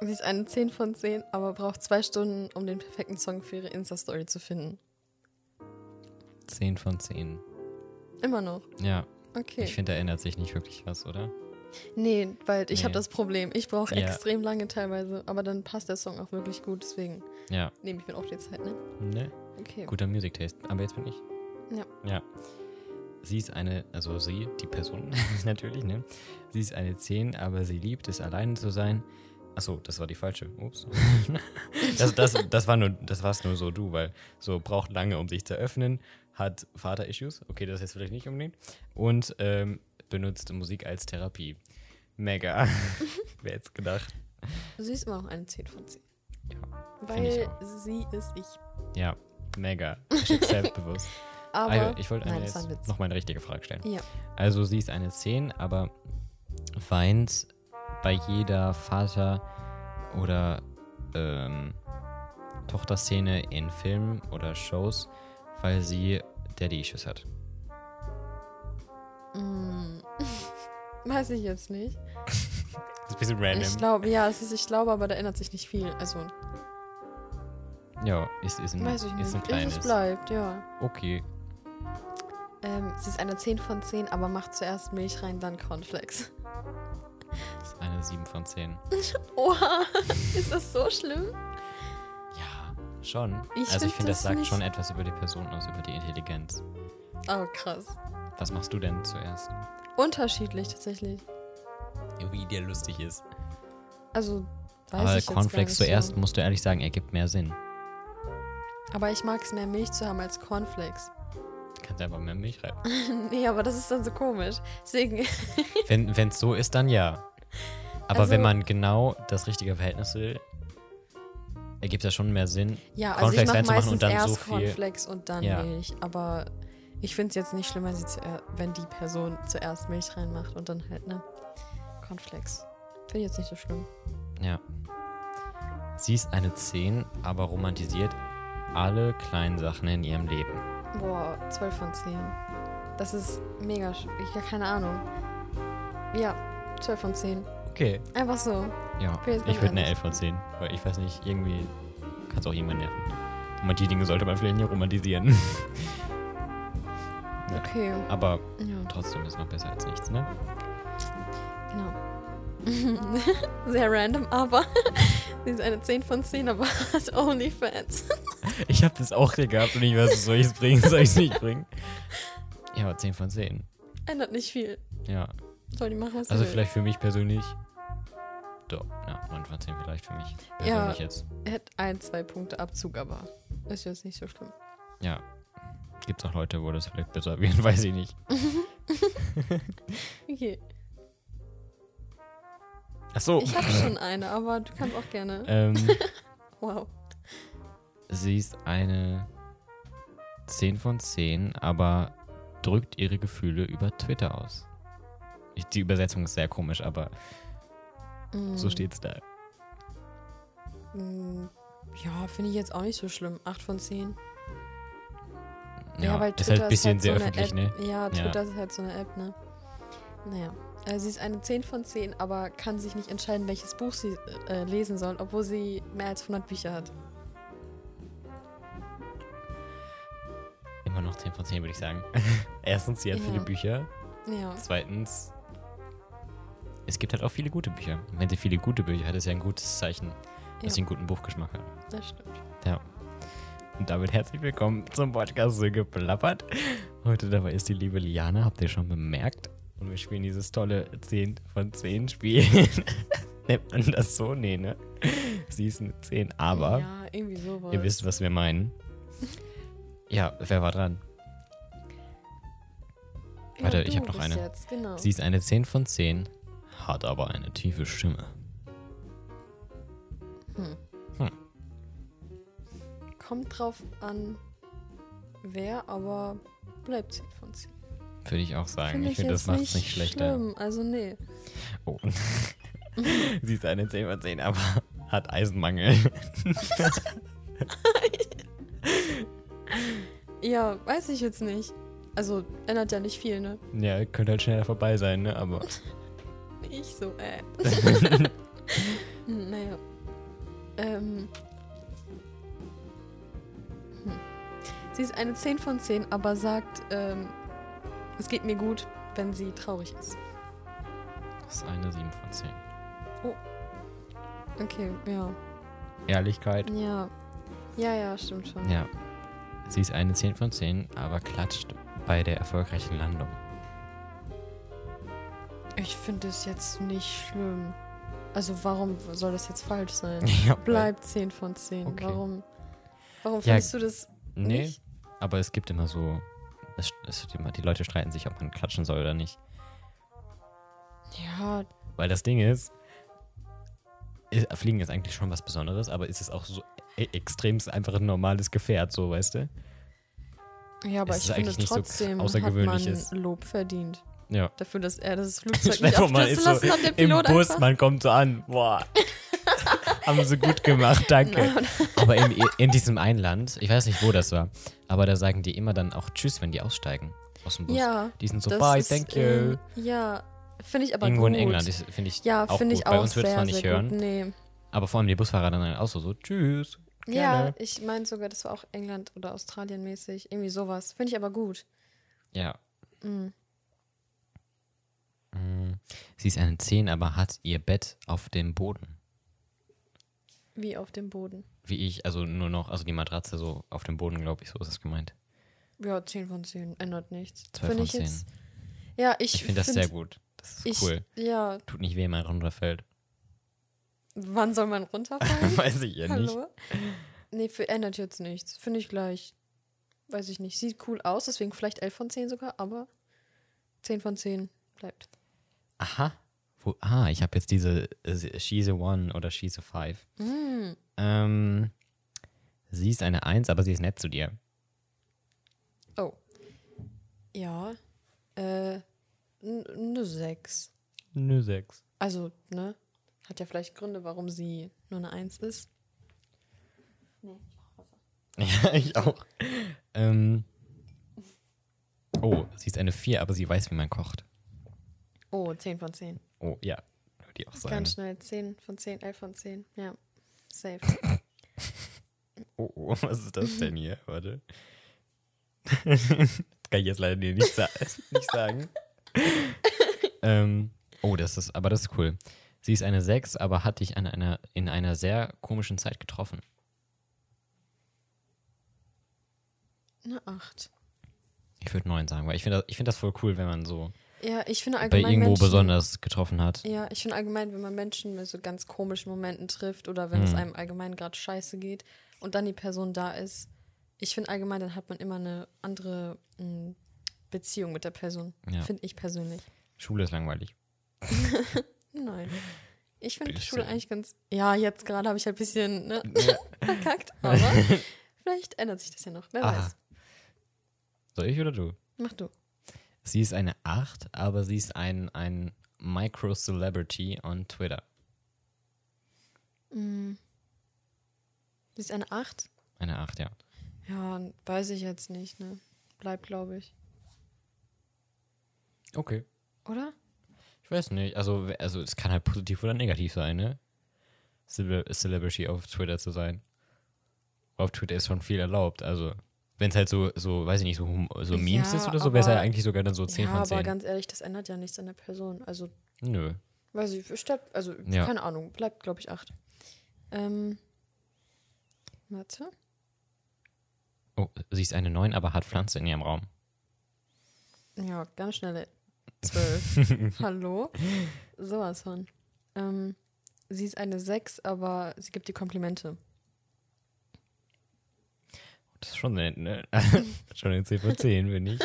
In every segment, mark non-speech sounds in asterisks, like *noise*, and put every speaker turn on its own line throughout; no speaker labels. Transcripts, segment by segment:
Sie ist eine 10 von 10, aber braucht zwei Stunden, um den perfekten Song für ihre Insta-Story zu finden.
10 von 10.
Immer noch.
Ja, ich
Okay.
finde, da ändert sich nicht wirklich was, oder?
Nee, weil ich habe
Nee.
das Problem. Ich brauche
Ja.
extrem lange teilweise, aber dann passt der Song auch wirklich gut. Deswegen
Ja.
nehme ich mir auch die Zeit, ne?
Ne?
Okay.
Guter Music Taste. Aber jetzt bin ich.
Ja.
Ja. Sie ist eine, also sie, die Person *laughs* natürlich, ne? Sie ist eine 10, aber sie liebt es, alleine zu sein. Achso, das war die falsche. Ups. *laughs* das, das, das war nur, das war's nur so du, weil so braucht lange, um sich zu öffnen, hat Vater-Issues, okay, das ist vielleicht nicht unbedingt, und ähm, benutzt Musik als Therapie. Mega. *laughs* Wer hätte gedacht?
Sie ist immer noch eine 10 von 10.
Ja, finde ich
Weil sie ist ich.
Ja, mega. Hashtag Selbstbewusst.
*laughs* Aber
also, ich wollte eine
nein, das war ein
jetzt
Witz.
noch mal eine richtige Frage stellen.
Ja.
Also sie ist eine 10, aber weint bei jeder Vater- oder ähm, Tochterszene in Filmen oder Shows, weil sie Daddy-Issues hat.
Mm. *laughs* Weiß ich jetzt nicht.
Das ist ein bisschen
Ich glaube, ja, es ist, ich glaube, aber da ändert sich nicht viel. Also,
ja, ist, ist, ein,
weiß ich
ist
nicht.
ein kleines.
Es bleibt, ja.
okay.
Ähm, sie ist eine 10 von 10, aber macht zuerst Milch rein, dann
*laughs*
Cornflakes.
Das ist eine 7 von 10.
Oha, ist das so schlimm?
Ja, schon.
Ich
also
find
ich finde, das
das
sagt
nicht-
schon etwas über die Person aus, über die Intelligenz.
Oh, krass.
Was machst du denn zuerst?
Unterschiedlich tatsächlich.
Wie dir lustig ist.
Also, weiß
Aber
ich
Cornflakes
jetzt gar nicht
zuerst,
So.
musst du ehrlich sagen, ergibt mehr Sinn.
Aber ich mag es mehr, Milch zu haben als
*laughs*
Cornflakes.
Kannst einfach mehr
*laughs*
Milch rein.
nee, aber das ist dann so komisch. Deswegen,
Wenn es so ist, dann ja. Aber
Also-
wenn man genau das richtige Verhältnis will, ergibt das schon mehr Sinn.
*laughs* ja, also ich
Cornflakes
mache
reinzumachen
meistens
und dann
erst
so viel.
Cornflakes und dann
Ja.
Milch. Aber ich finde es jetzt nicht schlimm, wenn, sie zuer- wenn die Person zuerst Milch reinmacht und dann halt, ne? Cornflakes. Finde ich jetzt nicht so schlimm.
Ja. Sie ist eine 10, aber romantisiert alle kleinen Sachen in ihrem Leben.
Boah, 12 von 10. Das ist mega. sch- Ich habe keine Ahnung. Ja, 12 von 10.
Okay.
Einfach so.
Ja.
Für jetzt
Ich würde eine
ehrlich.
11 von 10. Weil ich weiß nicht, irgendwie kann es auch jemand nerven. Und manche Dinge sollte man vielleicht nicht romantisieren. *laughs* Ja.
Okay,
Aber
ja,
trotzdem ist noch besser als nichts, ne?
genau. *laughs* Sehr random, aber *laughs* sie ist eine 10 von 10, aber hat OnlyFans.
Ich habe das auch gehabt und ich weiß, soll ich es bringen, soll ich es nicht bringen? Ja, aber 10 von 10.
Ändert nicht viel.
Ja.
Soll die machen, was sie
Also
will.
vielleicht für mich persönlich. Doch, ja, 9 von 10 vielleicht für mich persönlich jetzt.
Er hat ein, zwei Punkte Abzug, aber ist jetzt nicht so schlimm.
Ja. Gibt es auch Leute, wo das vielleicht besser wird, *laughs* weiß ich nicht.
Okay,
Ach so.
ich habe schon eine, aber du kannst auch gerne.
Ähm,
Wow.
sie ist eine 10 von 10, aber drückt ihre Gefühle über Twitter aus. Ich, die Übersetzung ist sehr komisch, aber so
Mm.
steht's da.
Mm, Ja, finde ich jetzt auch nicht so schlimm. 8 von 10.
Ja, ist
Twitter
halt ein bisschen sehr
so eine
öffentlich,
App.
ne?
Ja, Twitter ist halt so eine App, ne? Naja. Äh, Sie ist eine 10 von 10, aber kann sich nicht entscheiden, welches Buch sie äh, lesen soll, obwohl sie mehr als 100 Bücher hat.
Immer noch 10 von 10, würde ich sagen. Erstens, sie hat
Ja.
viele Bücher.
Ja.
Zweitens, es gibt halt auch viele gute Bücher. Und Wenn sie viele gute Bücher hat, ist ja ein gutes Zeichen, dass
Ja.
sie einen guten Buchgeschmack hat.
Das stimmt.
Und damit herzlich willkommen zum Podcast so geplappert. Heute dabei ist die liebe Liana, habt ihr schon bemerkt. Und wir spielen dieses tolle 10 von 10 Spiel. *laughs* Nennt man das so? Nee, ne? Sie ist eine 10, aber
Ja, irgendwie sowas.
ihr wisst, was wir meinen. Ja, wer war dran?
ja,
warte,
du
ich hab noch
bist
eine.
Jetzt, genau.
Sie ist eine 10 von 10, hat aber eine tiefe Stimme.
Kommt drauf an, wer, aber bleibt 10 von 10.
Würde ich auch sagen. ich finde, das
jetzt
macht es nicht schlechter.
Schlimm. Also, nee.
Oh. *laughs* Sie ist eine 10 von 10, aber hat Eisenmangel. *laughs*
Ja, weiß ich jetzt nicht. Also, ändert ja nicht viel, ne?
ja, könnte halt schneller *laughs* vorbei sein, ne? Aber
Ich so, äh. naja. Ähm. Hm. Sie ist eine 10 von 10, aber sagt, ähm, es geht mir gut, wenn sie traurig ist.
Das ist eine 7 von 10.
Okay, ja.
Ehrlichkeit.
Ja. Ja, ja, stimmt schon.
Ja. Sie ist eine 10 von 10, aber klatscht bei der erfolgreichen Landung. *laughs*
Ich finde es jetzt nicht schlimm. Also warum soll das jetzt falsch sein?
Ja,
Bleibt 10 von 10.
Okay.
Warum? Warum
Ja,
findest du das
Nee,
nicht?
aber es gibt immer so. Es, es, gibt immer- die Leute streiten sich, ob man klatschen soll oder nicht.
Ja,
Weil das Ding ist, i- Fliegen ist eigentlich schon was Besonderes, aber ist es auch so e- extremst einfach ein normales Gefährt, so, weißt du?
ja aber
Es ist
ich finde
eigentlich nicht so
trotzdem hat man
außergewöhnliches.
Lob verdient.
Ja.
Dafür, dass er
*laughs*
das Flugzeug nicht
Stell dir mal,
abstürzen
ist
lassen
so
hat, der
im
Pilot
Bus,
einfach.
man kommt so an.
*laughs*
Boah. Haben sie gut gemacht, danke. Aber in, in diesem einen Land, ich weiß nicht, wo das war, aber da sagen die immer dann auch Tschüss, wenn die aussteigen aus dem Bus.
Ja.
Die sind so,
das
bye,
ist,
thank you.
ähm, ja, finde ich aber
Irgendwo
gut.
in England, ist- finde ich
Ja,
auch
finde
gut.
ich
Bei
auch
uns
sehr,
würde es zwar nicht
sehr
hören,
gut. Nee.
aber vor allem die Busfahrer dann halt auch so, so Tschüss.
Ja,
Gerne.
ich meine sogar, das war auch England oder Australien mäßig. Irgendwie sowas. Finde ich aber gut.
Ja.
Mhm.
Mm. Sie ist eine 10, aber hat ihr Bett auf dem Boden.
Wie auf dem Boden.
Wie ich, also nur noch, also die Matratze so auf dem Boden, glaube ich, so ist das gemeint.
Ja, 10 von 10. Ändert nichts.
Zwei
Finde
von
ich
10.
jetzt. Ja, ich,
Ich finde das sehr gut. Das ist
Ich,
cool.
Ja,
Tut nicht weh, wenn man runterfällt. *laughs*
wann soll man runterfallen?
Weiß ich ja nicht.
Hallo? Nee, für, ändert jetzt nichts. Finde ich gleich. Weiß ich nicht. Sieht cool aus, deswegen vielleicht 11 von 10 sogar, aber 10 von 10 bleibt.
Aha. Wo, ah, ich habe jetzt diese äh, She's a One oder She's a Five.
Mm.
Ähm, sie ist eine Eins, aber sie ist nett zu dir.
Oh. Ja. Äh, n- eine 6.
Nö, Sechs.
Also, ne? Hat ja vielleicht Gründe, warum sie nur eine 1 ist. Nee, ich brauche Wasser.
Ja, *laughs* ich auch. Ähm, oh, sie ist eine 4, aber sie weiß, wie man kocht.
Oh, 10 von 10.
Oh, ja. Würde ich auch sagen.
Ganz schnell. 10 von 10, 11 von 10. Ja. Safe.
Oh, oh, *laughs* was ist das denn hier? Warte. *laughs* das kann ich jetzt leider dir nicht, sa *laughs* nicht sagen. ähm, oh, das ist, aber das ist cool. Sie ist eine 6, aber hat dich an einer, in einer sehr komischen Zeit getroffen.
Eine 8.
Ich würde 9 sagen, weil ich finde das, ich find das voll cool, wenn man so
Ja, ich finde
bei
allgemein.
irgendwo
Menschen,
besonders getroffen hat.
Ja, ich finde allgemein, wenn man Menschen mit so ganz komischen Momenten trifft oder
Mhm.
wenn es einem allgemein gerade scheiße geht und dann die Person da ist, ich finde allgemein, dann hat man immer eine andere m, Beziehung mit der Person.
Ja.
Finde ich persönlich.
Schule ist langweilig.
Nein. Ich finde
Bisschen.
Schule eigentlich ganz. Ja, jetzt gerade habe ich halt ein bisschen
*laughs*
ne, *laughs* verkackt, aber vielleicht ändert sich das ja noch. Wer
Aha.
weiß.
Soll ich oder du?
Mach du.
Sie ist eine 8, aber sie ist ein, ein Micro-Celebrity on Twitter.
Mm. Sie ist eine 8?
Eine 8, ja.
Ja, weiß ich jetzt nicht, ne? Bleibt, glaube ich.
Okay.
Oder?
Ich weiß nicht. Also, we- also es kann halt positiv oder negativ sein, ne? Cele- Celebrity auf Twitter zu sein. Auf Twitter ist schon viel erlaubt. Also, wenn es halt so, so, weiß ich nicht, so, hum- so Memes
Ja,
ist oder so, wäre es ja
aber-
eigentlich sogar dann so 10
ja,
von
aber
10.
ganz ehrlich, das ändert ja nichts an der Person. Also,
Nö.
weiß ich, ich glaub, also
Ja.
keine Ahnung, bleibt, glaube ich, 8. Ähm, warte.
Oh, sie ist eine 9, aber hat Pflanze in ihrem Raum.
Ja, ganz schnelle
*laughs*
12. Hallo? Sowas von. Ähm, sie ist eine 6, aber sie gibt die Komplimente.
Das ist schon
*laughs*
nett, ne? schon eine 10 von 10, finde ich.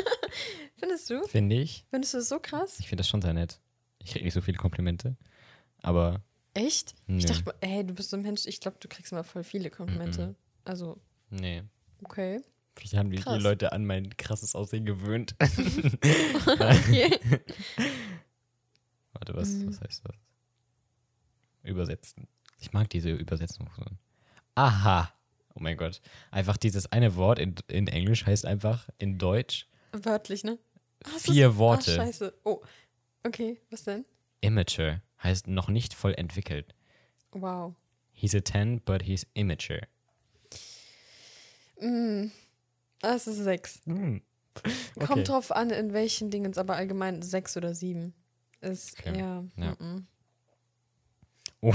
Findest du?
Finde ich.
Findest du das so krass?
Ich finde das schon sehr nett. Ich kriege nicht so viele Komplimente. Aber
Echt?
Nee.
Ich dachte, mal, ey, du bist so ein Mensch, ich glaube, du kriegst immer voll viele Komplimente. Also,
nee.
okay.
Vielleicht haben die, die
Krass.
Leute an mein krasses Aussehen gewöhnt.
*laughs*
*laughs*
okay.
Warte, was,
Mhm.
was heißt das? Übersetzen. Ich mag diese Übersetzung. so. Aha. Oh mein Gott. Einfach dieses eine Wort in, in Englisch heißt einfach in Deutsch
Wörtlich, ne? Ach, es
vier
ist-
Worte.
Ach, scheiße. Oh. Okay, was denn?
Immature heißt noch nicht voll entwickelt.
Wow.
He's a 10, but he's immature.
Mm, das ist sechs.
Hm. Okay.
Kommt drauf an, in welchen Dingens, aber allgemein sechs oder sieben. Ist
Okay.
eher.
Ja.
mm-mm.
Oh.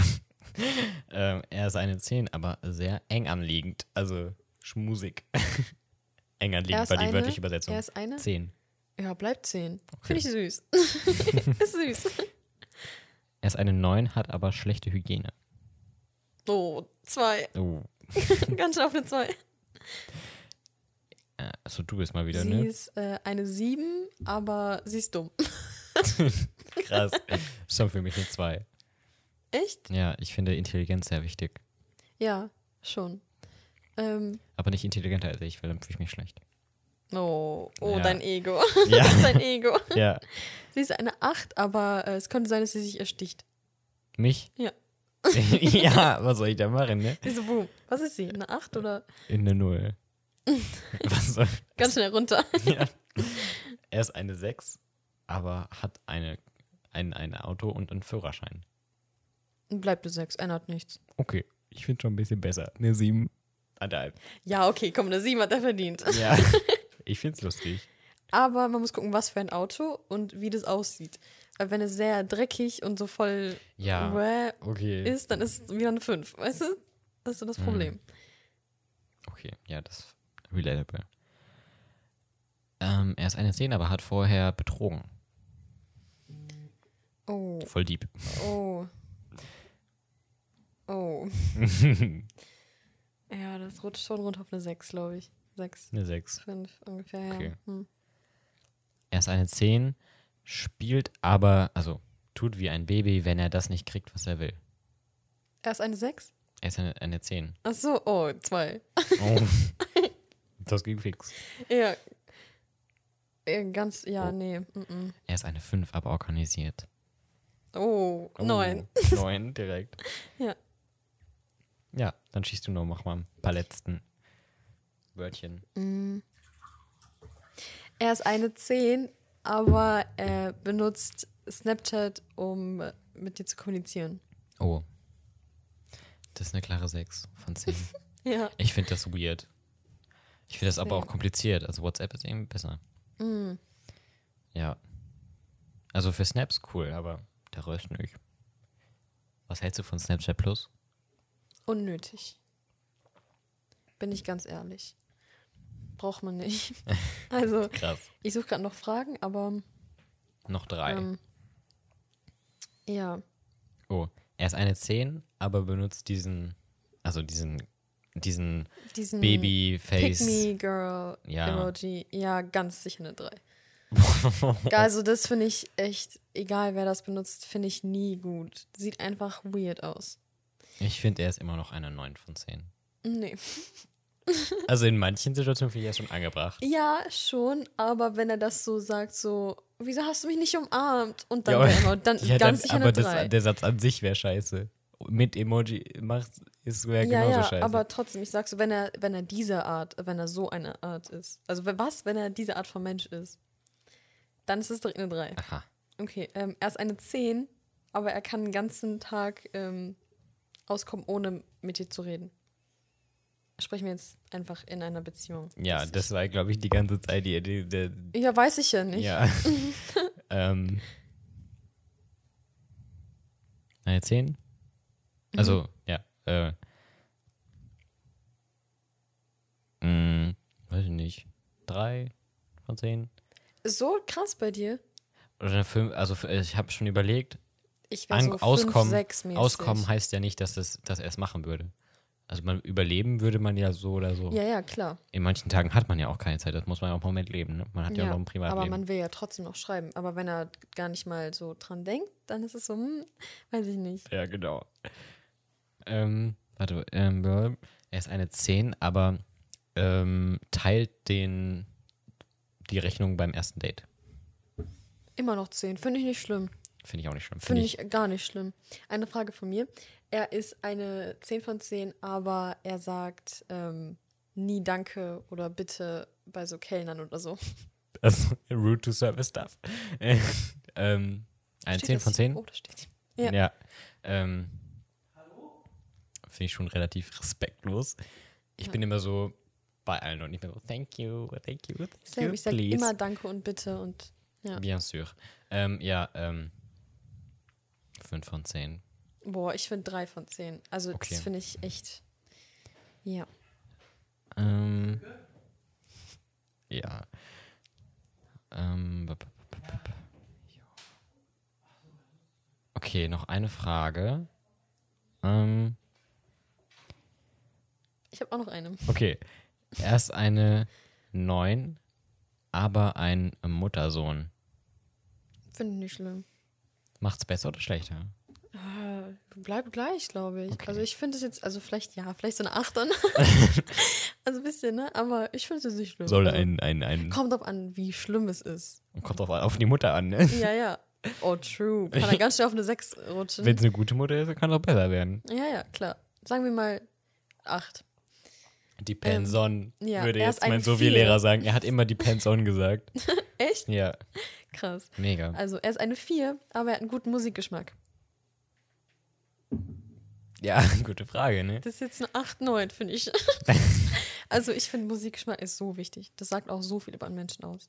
*laughs* ähm, er ist eine 10, aber sehr eng anliegend. Also schmusig. *laughs* eng
Er
anliegend
ist
war die
eine-
wörtliche Übersetzung.
Er ist eine?
10.
Ja, bleibt zehn.
Okay.
Finde ich süß.
*laughs*
*laughs* ist süß.
Er ist eine 9, hat aber schlechte Hygiene.
Oh, zwei. *laughs*
Oh.
Ganz schön auf eine zwei.
Äh, Achso, du bist mal wieder,
sie
ne?
ist äh, eine sieben, aber sie ist dumm. *laughs*
Krass. Schon für mich eine 2.
Echt?
Ja, ich finde Intelligenz sehr wichtig.
Ja, schon. Ähm,
Aber nicht intelligenter als ich, weil dann fühle ich
*laughs*
mich schlecht.
oh, oh
Ja.
dein Ego. *laughs*
Ja,
dein Ego.
ja.
Sie ist eine acht, aber äh, es könnte sein, dass sie sich ersticht.
Mich?
Ja.
*laughs* ja, was soll ich da machen, ne?
Sie ist so, boom. Was ist sie? Eine acht oder?
In
*laughs*
der Null. was soll
Ganz schnell runter. *laughs*
ja. *laughs* Er ist eine 6, aber hat eine, ein, ein Auto und einen Führerschein.
Bleibt eine sechs, einer hat nichts.
Okay, ich finde schon ein bisschen besser. Eine 7. Anderthalb.
Ja, okay, komm, eine sieben hat er verdient.
Ja. *laughs* ich finde es lustig.
Aber man muss gucken, was für ein Auto und wie das aussieht. Weil wenn es sehr dreckig und so voll
Ja.
wäh
Okay.
ist, dann ist es wieder eine 5, weißt du? Das ist so das
Mhm.
Problem.
Okay, ja, das ist relatable. Ähm, er ist eine 10, aber hat vorher betrogen.
Oh,
Voll deep. *laughs*
oh. Oh. Ja, das rutscht schon runter auf eine 6, glaube ich. 6,
Eine 6.
5 ungefähr, ja.
Okay.
Hm.
Er ist eine 10, spielt aber, also tut wie ein Baby, wenn er das nicht kriegt, was er will.
Er ist eine 6?
Er ist eine, eine *laughs* 10.
Ach so, oh, 2.
Oh. Das ging fix.
Ja. Ja, Ganz, ja,
Oh.
nee. Mm -mm.
Er ist eine 5, aber organisiert.
Oh,
Oh,
9. *laughs*
Neun direkt.
Ja.
Ja, dann schießt du noch, mach mal ein paar letzten Wörtchen.
Er ist eine 10, aber er benutzt Snapchat, um äh, mit dir zu kommunizieren.
Oh. Das ist eine klare 6
*laughs*
von 10.
Ja.
ich finde das weird. Ich finde das aber auch
Deswegen.
kompliziert. Also WhatsApp ist eben besser.
Mm.
Ja. Also für Snaps cool, aber der Rest nicht. Was hältst du von
*laughs*
Snapchat Plus?
Unnötig. Bin ich ganz ehrlich. Braucht man nicht. Also,
Krass.
ich suche gerade noch Fragen, aber
Noch drei.
ähm, ja.
Oh, er ist eine 10, aber benutzt diesen, also diesen, diesen
Diesen Pick
Babyface.
Me Girl
Ja.
Emoji. Ja, ganz sicher eine 3. Also, das finde ich echt, egal wer das benutzt, finde ich nie gut. Sieht einfach weird aus.
Ich finde, er ist immer noch eine 9 von 10.
Nee.
Also in manchen Situationen finde ich er schon angebracht.
Ja, schon, aber wenn er das so sagt, so, wieso hast du mich nicht umarmt? Und dann,
aber-
der Emo- dann ist
*laughs* ja,
ganz
dann,
sicher
aber
eine
das,
3.
der Satz an sich wäre scheiße. Mit Emoji macht ist wär
ja,
genauso
ja,
scheiße.
aber trotzdem, ich sag so, wenn er, wenn er dieser Art, wenn er so eine Art ist, also we- was, wenn er diese Art von Mensch ist, dann ist es direkt eine 3.
Aha.
Okay, ähm, er ist eine 10, aber er kann den ganzen Tag ähm, auskommen, ohne mit dir zu reden. Sprechen wir jetzt einfach in einer Beziehung.
Ja, das war, glaube ich, die ganze Zeit die, die, die,
Ja, weiß ich ja nicht. *laughs*
Ja. ähm. Eine 10?
Mhm.
Also, ja. Äh. Mm, weiß ich nicht. 3 von 10?
So krass bei dir.
Oder eine 5? Also, f- ich habe schon überlegt,
Ich wäre
an,
so 5,
auskommen,
6 mäßig.
auskommen halt heißt ja nicht, dass, es, dass er es machen würde. Also, man überleben würde man ja so oder so.
Ja, ja, klar.
In manchen Tagen hat man ja auch keine Zeit, das muss man ja auch im Moment leben. Ne? Man hat ja, auch noch ein Privatleben.
aber man will ja trotzdem noch schreiben. Aber wenn er gar nicht mal so dran denkt, dann ist es so, hm, weiß ich nicht.
Ja, genau. Ähm, warte, ähm, blablabla. er ist eine 10, aber ähm, teilt den die Rechnung beim ersten Date.
Immer noch 10. Finde ich nicht schlimm.
Finde ich auch nicht schlimm.
Finde ich gar nicht schlimm. Eine Frage von mir. Er ist eine 10 von 10, aber er sagt ähm, nie Danke oder Bitte bei so Kellnern oder so.
*laughs* also, rude to service stuff. *laughs* Äh, ähm, eine
Steht
10
das?
von 10?
Oh, da steht. Ja.
Ähm, finde Ähm, ich schon relativ respektlos. Ich
Ja.
bin immer so bei allen und nicht mehr so, thank you, thank you, thank
Sam,
you,
ich sage
please.
immer Danke und Bitte und ja.
Bien sûr. Ähm, ja, ähm, 5 von 10.
boah, ich finde drei von zehn. Also
Okay.
das finde ich echt. Ja.
Ähm, ja. Ähm, b- b- b- b- b- okay, noch eine Frage. Ähm,
Ich habe auch noch eine.
okay. Erst eine 9, aber ein Muttersohn.
Finde ich nicht schlimm.
Macht's besser oder schlechter?
Ah, Bleibt gleich, glaube ich.
Okay.
Also ich finde es jetzt, also vielleicht, ja, vielleicht so eine Acht
*laughs*
dann. *laughs* also ein bisschen, ne? Aber ich finde es jetzt nicht schlimm.
Soll
also,
ein, ein, ein.
Kommt drauf an, wie schlimm es ist.
Kommt auf, auf die Mutter an, ne?
Ja, ja. Oh,
*laughs*
true. Kann er ganz schnell auf eine 6 rutschen.
Wenn es eine gute Mutter ist, kann es auch besser werden.
ja, ja, klar. Sagen wir mal 8.
Depends on,
Ähm, ja,
würde
er ist
jetzt mein
ein
Sovi-Lehrer
Vier.
sagen. Er hat immer Depends
*laughs*
on gesagt.
Echt?
Ja,
Krass.
mega.
Also er ist eine 4, aber er hat einen guten Musikgeschmack.
*laughs* Ja, gute Frage, ne?
Das ist jetzt eine 8, 9, finde
*laughs*
ich. also ich finde, Musikgeschmack ist so wichtig. Das sagt auch so viel über einen Menschen aus.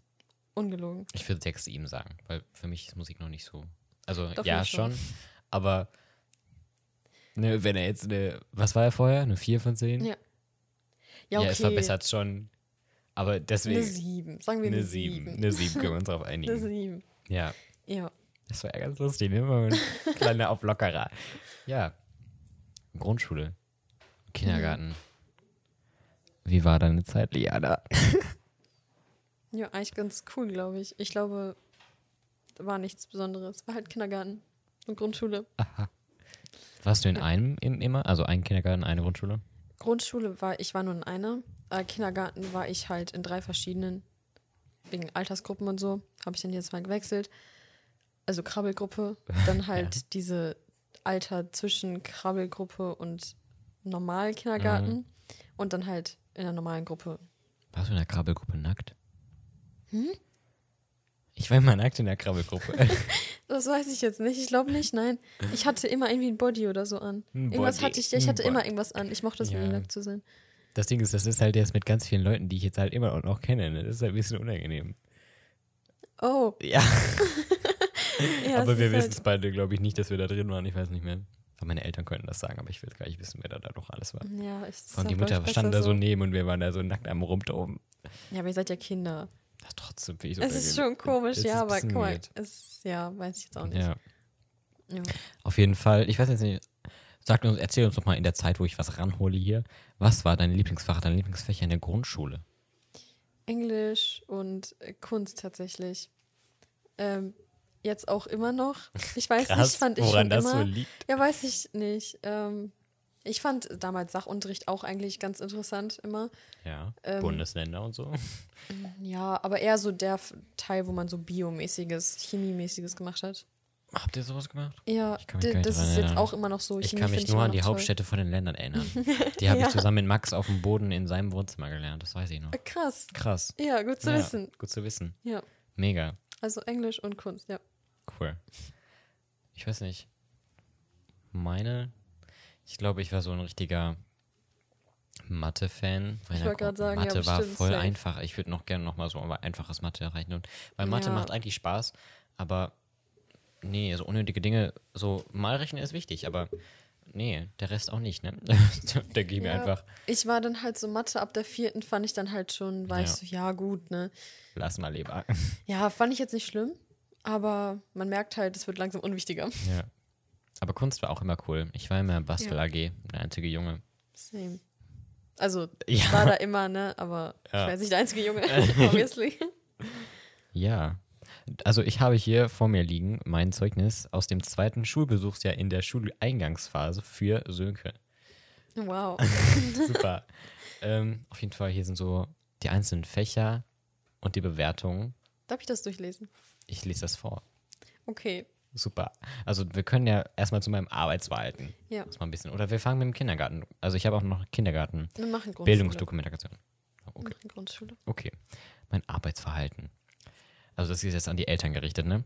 Ungelogen.
Ich würde 6 ihm sagen, weil für mich ist Musik noch nicht so. Also
Doch,
ja,
nicht so.
schon. Aber ne, wenn er jetzt eine, was war er vorher? Eine 4 von 10?
Ja,
Ja,
Ja, okay.
es verbessert schon. Aber
Eine
deswegen
7. Sagen wir
eine
eine
7.
7.
Eine 7 können wir uns darauf
Eine
einigen.
7.
Ja,
Ja.
das war ja ganz lustig, ne? Immer ein kleiner Auflockerer. Ja, Grundschule, Kindergarten. Wie war deine Zeit, Liana?
Ja, eigentlich ganz cool, glaube ich. Ich glaube, da war nichts Besonderes. War halt Kindergarten und Grundschule.
Warst du in einem im, immer? Also einen Kindergarten, eine Grundschule?
Grundschule war, ich war nur in einer. Äh, Kindergarten war ich halt in drei verschiedenen, wegen Altersgruppen und so, habe ich dann jetzt mal gewechselt. Also Krabbelgruppe, dann halt diese Alter zwischen Krabbelgruppe und Normalkindergarten und dann halt in der normalen Gruppe.
Warst du in der Krabbelgruppe nackt? Hm? Ich war immer nackt in der Krabbelgruppe. *laughs*
Das weiß ich jetzt nicht, ich glaube nicht, nein. Ich hatte immer irgendwie ein Body oder so an.
Ein
Irgendwas
Body,
hatte ich, ich
ein
hatte immer
Body.
irgendwas an. Ich mochte es,
Ja.
nie nackt zu sein.
das Ding ist, das ist halt jetzt mit ganz vielen Leuten, die ich jetzt halt immer noch kenne. Ne? Das ist halt ein bisschen unangenehm.
Oh,
Ja,
ja,
aber
es
wir
ist halt
wissen es beide, glaube ich, nicht, dass wir da drin waren. Ich weiß nicht mehr. Aber meine Eltern könnten das sagen, aber ich will gar nicht wissen, wer da, da noch alles war.
Halt, ja, ich, ist
Und die
halt, glaub
Mutter
ich,
stand
besser
da so neben und wir waren da so nackt am Rumtoben.
Ja, aber ihr seid ja Kinder.
Das ist trotzdem viel so
Es ist schon komisch,
Das ist
ja,
ein
aber
bisschen
guck mal,
weird.
es, ja, weiß ich jetzt auch nicht.
Ja,
Ja.
auf jeden Fall. Ich weiß jetzt nicht. Sag uns, erzähl uns doch mal in der Zeit, wo ich was ranhole hier. Was war dein Lieblingsfach, deine Lieblingsfächer in der Grundschule?
Englisch und äh, Kunst tatsächlich. Ähm, jetzt auch immer noch. Ich weiß nicht, fand ich
woran
schon
das
immer.
so liegt.
Ja, weiß ich nicht. Ähm, ich fand damals Sachunterricht auch eigentlich ganz interessant immer.
Ja,
Ähm,
Bundesländer und so.
Ja, aber eher so der F- Teil, wo man so biomäßiges, chemiemäßiges gemacht hat.
Habt ihr sowas gemacht?
Ja,
Ich kann mich
d-
gar nicht
das
dran
ist jetzt
erinnern.
auch immer noch so.
Ich
Chemie
kann mich
find
nur
immer
an die
noch toll.
Hauptstädte von den
*laughs*
Ländern erinnern. Die habe
Ja.
ich zusammen mit Max auf dem Boden in seinem Wohnzimmer gelernt. Das weiß ich noch.
Äh, Krass.
Krass.
Ja, gut zu
Ja,
wissen.
Gut zu wissen.
Ja,
Mega.
also Englisch und Kunst, ja.
Cool. Ich weiß nicht. Meine, ich glaube, ich war so ein richtiger Mathe-Fan. weil
Ich
in der
wollte gerade
Gru-
sagen, ja,
Mathe war
bestimmt,
voll
safe.
einfach. Ich würde noch gerne nochmal so ein einfaches Mathe erreichen. Und, weil Mathe
Ja.
macht eigentlich Spaß, aber nee, so unnötige Dinge, so Malrechnen ist wichtig, aber nee, der Rest auch nicht, ne? *laughs* Denke ich mir
Ja,
einfach,
Ich war dann halt so Mathe ab der vierten, fand ich dann halt schon, war ich
Ja.
so, ja, gut, ne?
lass mal lieber.
Ja, fand ich jetzt nicht schlimm, aber man merkt halt, es wird langsam unwichtiger.
ja. Aber Kunst war auch immer cool. Ich war immer im Bastel-AG, der einzige Junge.
Same. Also,
Ja. *laughs*
war da immer, ne? Aber
Ja.
ich weiß nicht, der einzige
*laughs*
Junge, obviously.
Ja. Also ich habe hier vor mir liegen mein Zeugnis aus dem zweiten Schulbesuchsjahr in der Schuleingangsphase für Sönke.
Wow.
Super. ähm, auf jeden Fall, hier sind so die einzelnen Fächer und die Bewertungen.
Darf ich das durchlesen?
Ich lese das vor.
Okay.
Super. Also wir können ja erstmal zu meinem Arbeitsverhalten.
Ja.
Das mal ein bisschen. Oder wir fangen mit dem Kindergarten. Also ich habe auch noch Kindergarten.
Wir machen Grundschule.
Bildungsdokumentation.
Wir Machen Grundschule.
Okay. Mein Arbeitsverhalten. Also das ist jetzt an die Eltern gerichtet, ne?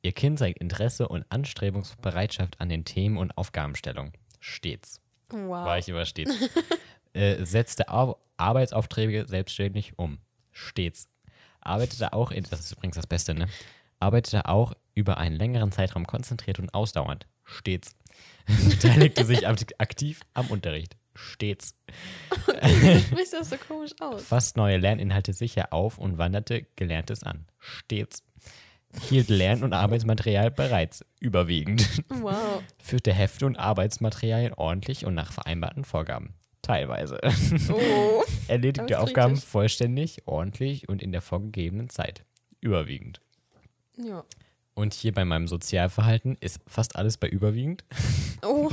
Ihr Kind zeigt Interesse und Anstrebungsbereitschaft an den Themen und Aufgabenstellungen. Stets.
Wow.
war ich immer stets. äh, setzte Ar Arbeitsaufträge selbstständig um. Stets. Arbeitete auch, in, das ist übrigens das Beste, ne? Arbeitete auch über einen längeren Zeitraum konzentriert und ausdauernd. Stets. *laughs* Beteiligte sich ak- aktiv am Unterricht. Stets.
Du sprichst das so komisch aus.
Fast neue Lerninhalte sicher auf und wanderte Gelerntes an. Stets. Hielt Lern- und Arbeitsmaterial bereits. Überwiegend. *laughs*
Wow.
Führte Hefte und Arbeitsmaterialien ordentlich und nach vereinbarten Vorgaben. Teilweise. *laughs*
Oh.
Erledigte
Aber ist
Aufgaben
kritisch.
vollständig, ordentlich und in der vorgegebenen Zeit. Überwiegend.
Ja.
Und hier bei meinem Sozialverhalten ist fast alles bei überwiegend.
Oh.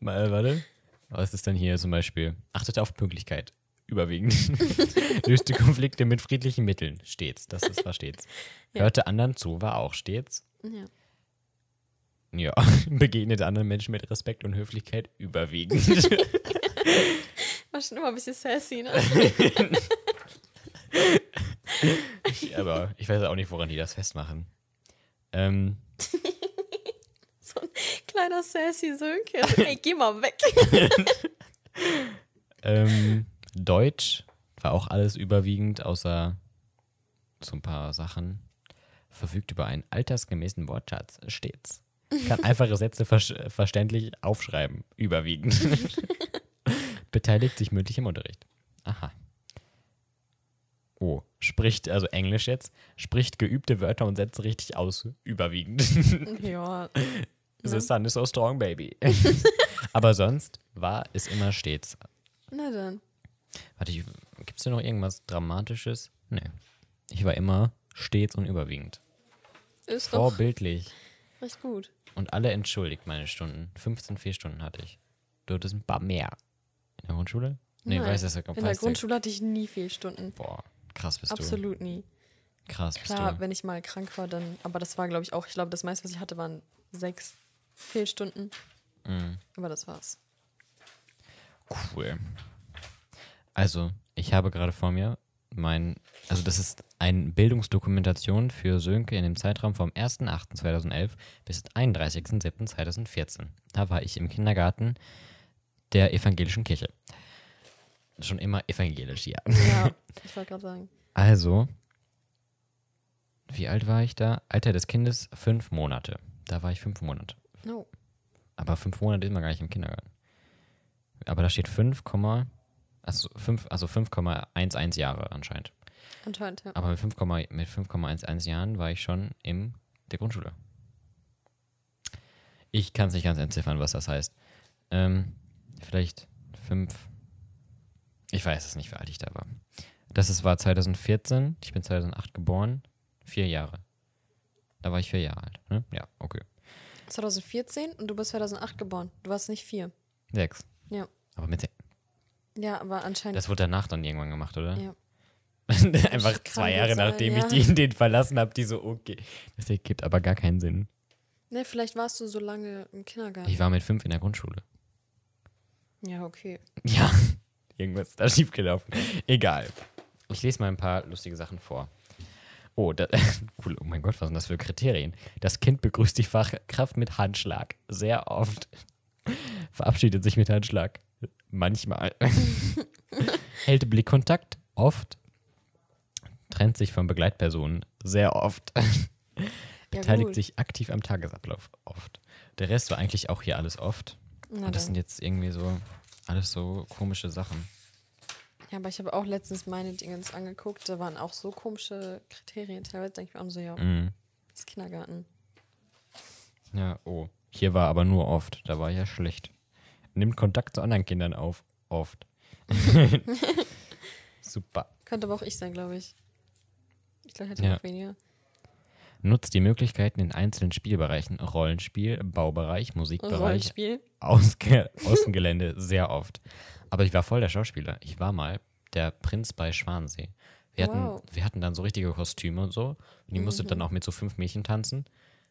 Mal, äh, warte. Was ist denn hier zum Beispiel? Achtete auf Pünktlichkeit. Überwiegend. *laughs* Löste Konflikte mit friedlichen Mitteln. Stets. Das ist, war stets.
Ja.
Hörte anderen zu, war auch stets.
*laughs* ja.
Ja. *laughs* Begegnete anderen Menschen mit Respekt und Höflichkeit. Überwiegend.
War schon immer ein bisschen sassy, ne?
*laughs* Aber ich weiß auch nicht, woran die das festmachen. Ähm,
So ein kleiner sassy Sönke. So, ey, geh mal
*laughs*
weg.
Ähm, Deutsch war auch alles überwiegend, außer so ein paar Sachen. Verfügt über einen altersgemäßen Wortschatz stets. Kann einfache Sätze versch- verständlich aufschreiben, überwiegend. Beteiligt sich mündlich im Unterricht. Aha. Oh, spricht, also Englisch jetzt, spricht geübte Wörter und Sätze richtig aus, überwiegend.
Ja.
The sun is so strong, baby. Aber sonst war es immer stets
Na dann.
Warte, gibt es da noch irgendwas Dramatisches? Nee. Ich war immer stets und überwiegend.
Ist doch
Vorbildlich.
recht gut.
Und alle entschuldigt meine Stunden. 15 Fehlstunden hatte ich. Du hattest ein paar mehr. In der Grundschule? Nee,
Nein.
weiß das ja
In der Grundschule hatte ich nie viel Stunden.
Boah, krass bist
Absolut nie.
du. Krass bist
Klar,
du.
wenn ich mal krank war, dann. Aber das war, glaube ich, auch. Ich glaube, das meiste, was ich hatte, waren sechs Fehlstunden.
Mm.
Aber das war's.
*laughs* Cool. Also, ich habe gerade vor mir mein, also das ist eine Bildungsdokumentation für Sönke in dem Zeitraum vom 1.8.2011 bis 31.07.2014. Da war ich im Kindergarten der evangelischen Kirche. Schon immer evangelisch, ja.
Ja, ich wollte gerade sagen.
Also, wie alt war ich da? Alter des Kindes, fünf Monate. Da war ich fünf Monate.
No.
Aber fünf Monate ist man gar nicht im Kindergarten. Aber da steht 5, also 5, also 5,11 Jahre anscheinend.
Anscheinend, ja.
Aber mit 5, mit 5,11 Jahren war ich schon in der Grundschule. Ich kann es nicht ganz entziffern, was das heißt. Ähm, vielleicht 5. Ich weiß es nicht, wie alt ich da war. Das ist, war 2014. Ich bin 2008 geboren. Vier Jahre. Da war ich vier Jahre alt. Ne? Ja, okay.
2014 und du bist 2008 geboren. Du warst nicht vier.
Sechs.
Ja.
Aber mit se-
Ja, aber anscheinend.
Das wurde danach dann irgendwann gemacht, oder?
Ja.
*laughs* Einfach
Kann
zwei
gut
Jahre,
sein,
nachdem
ja.
ich die, *laughs* den verlassen habe, die so, okay. Das ergibt aber gar keinen Sinn.
ne, vielleicht warst du so lange im Kindergarten.
Ich war mit fünf in der Grundschule.
Ja, okay.
Ja, *laughs* irgendwas ist da schiefgelaufen. Egal. Ich lese mal ein paar lustige Sachen vor. Oh, da, *laughs* cool. Oh mein Gott, was sind das für Kriterien? Das Kind begrüßt die Fachkraft mit Handschlag. Sehr oft. *laughs* Verabschiedet sich mit Handschlag.
*laughs*
Manchmal. Hält Blickkontakt. Oft. Trennt sich von Begleitpersonen. Sehr oft. *laughs* Beteiligt
gut.
sich aktiv am Tagesablauf. Oft. Der Rest war eigentlich auch hier alles oft.
Na
Und das
dann.
sind jetzt irgendwie so alles so komische Sachen.
Ja, aber ich habe auch letztens meine Dingens angeguckt. Da waren auch so komische Kriterien. Teilweise denke ich mir auch so, ja,
Mhm.
das ist Kindergarten.
Ja, oh. Hier war aber nur oft. Da war ich ja schlecht. Nimmt Kontakt zu anderen Kindern auf. Oft. *laughs* Super.
Könnte aber auch ich sein, glaube ich. Ich glaube, ich hätte
Ja.
noch weniger.
Nutzt die Möglichkeiten in einzelnen Spielbereichen. Rollenspiel, Baubereich, Musikbereich,
Rollenspiel.
Ausge Außengelände sehr oft. Aber ich war voll der Schauspieler. Ich war mal der Prinz bei Schwansee. Wir hatten,
Wow. Mhm.
wir hatten dann so richtige Kostüme und so. Und ich musste dann auch mit so fünf Mädchen tanzen.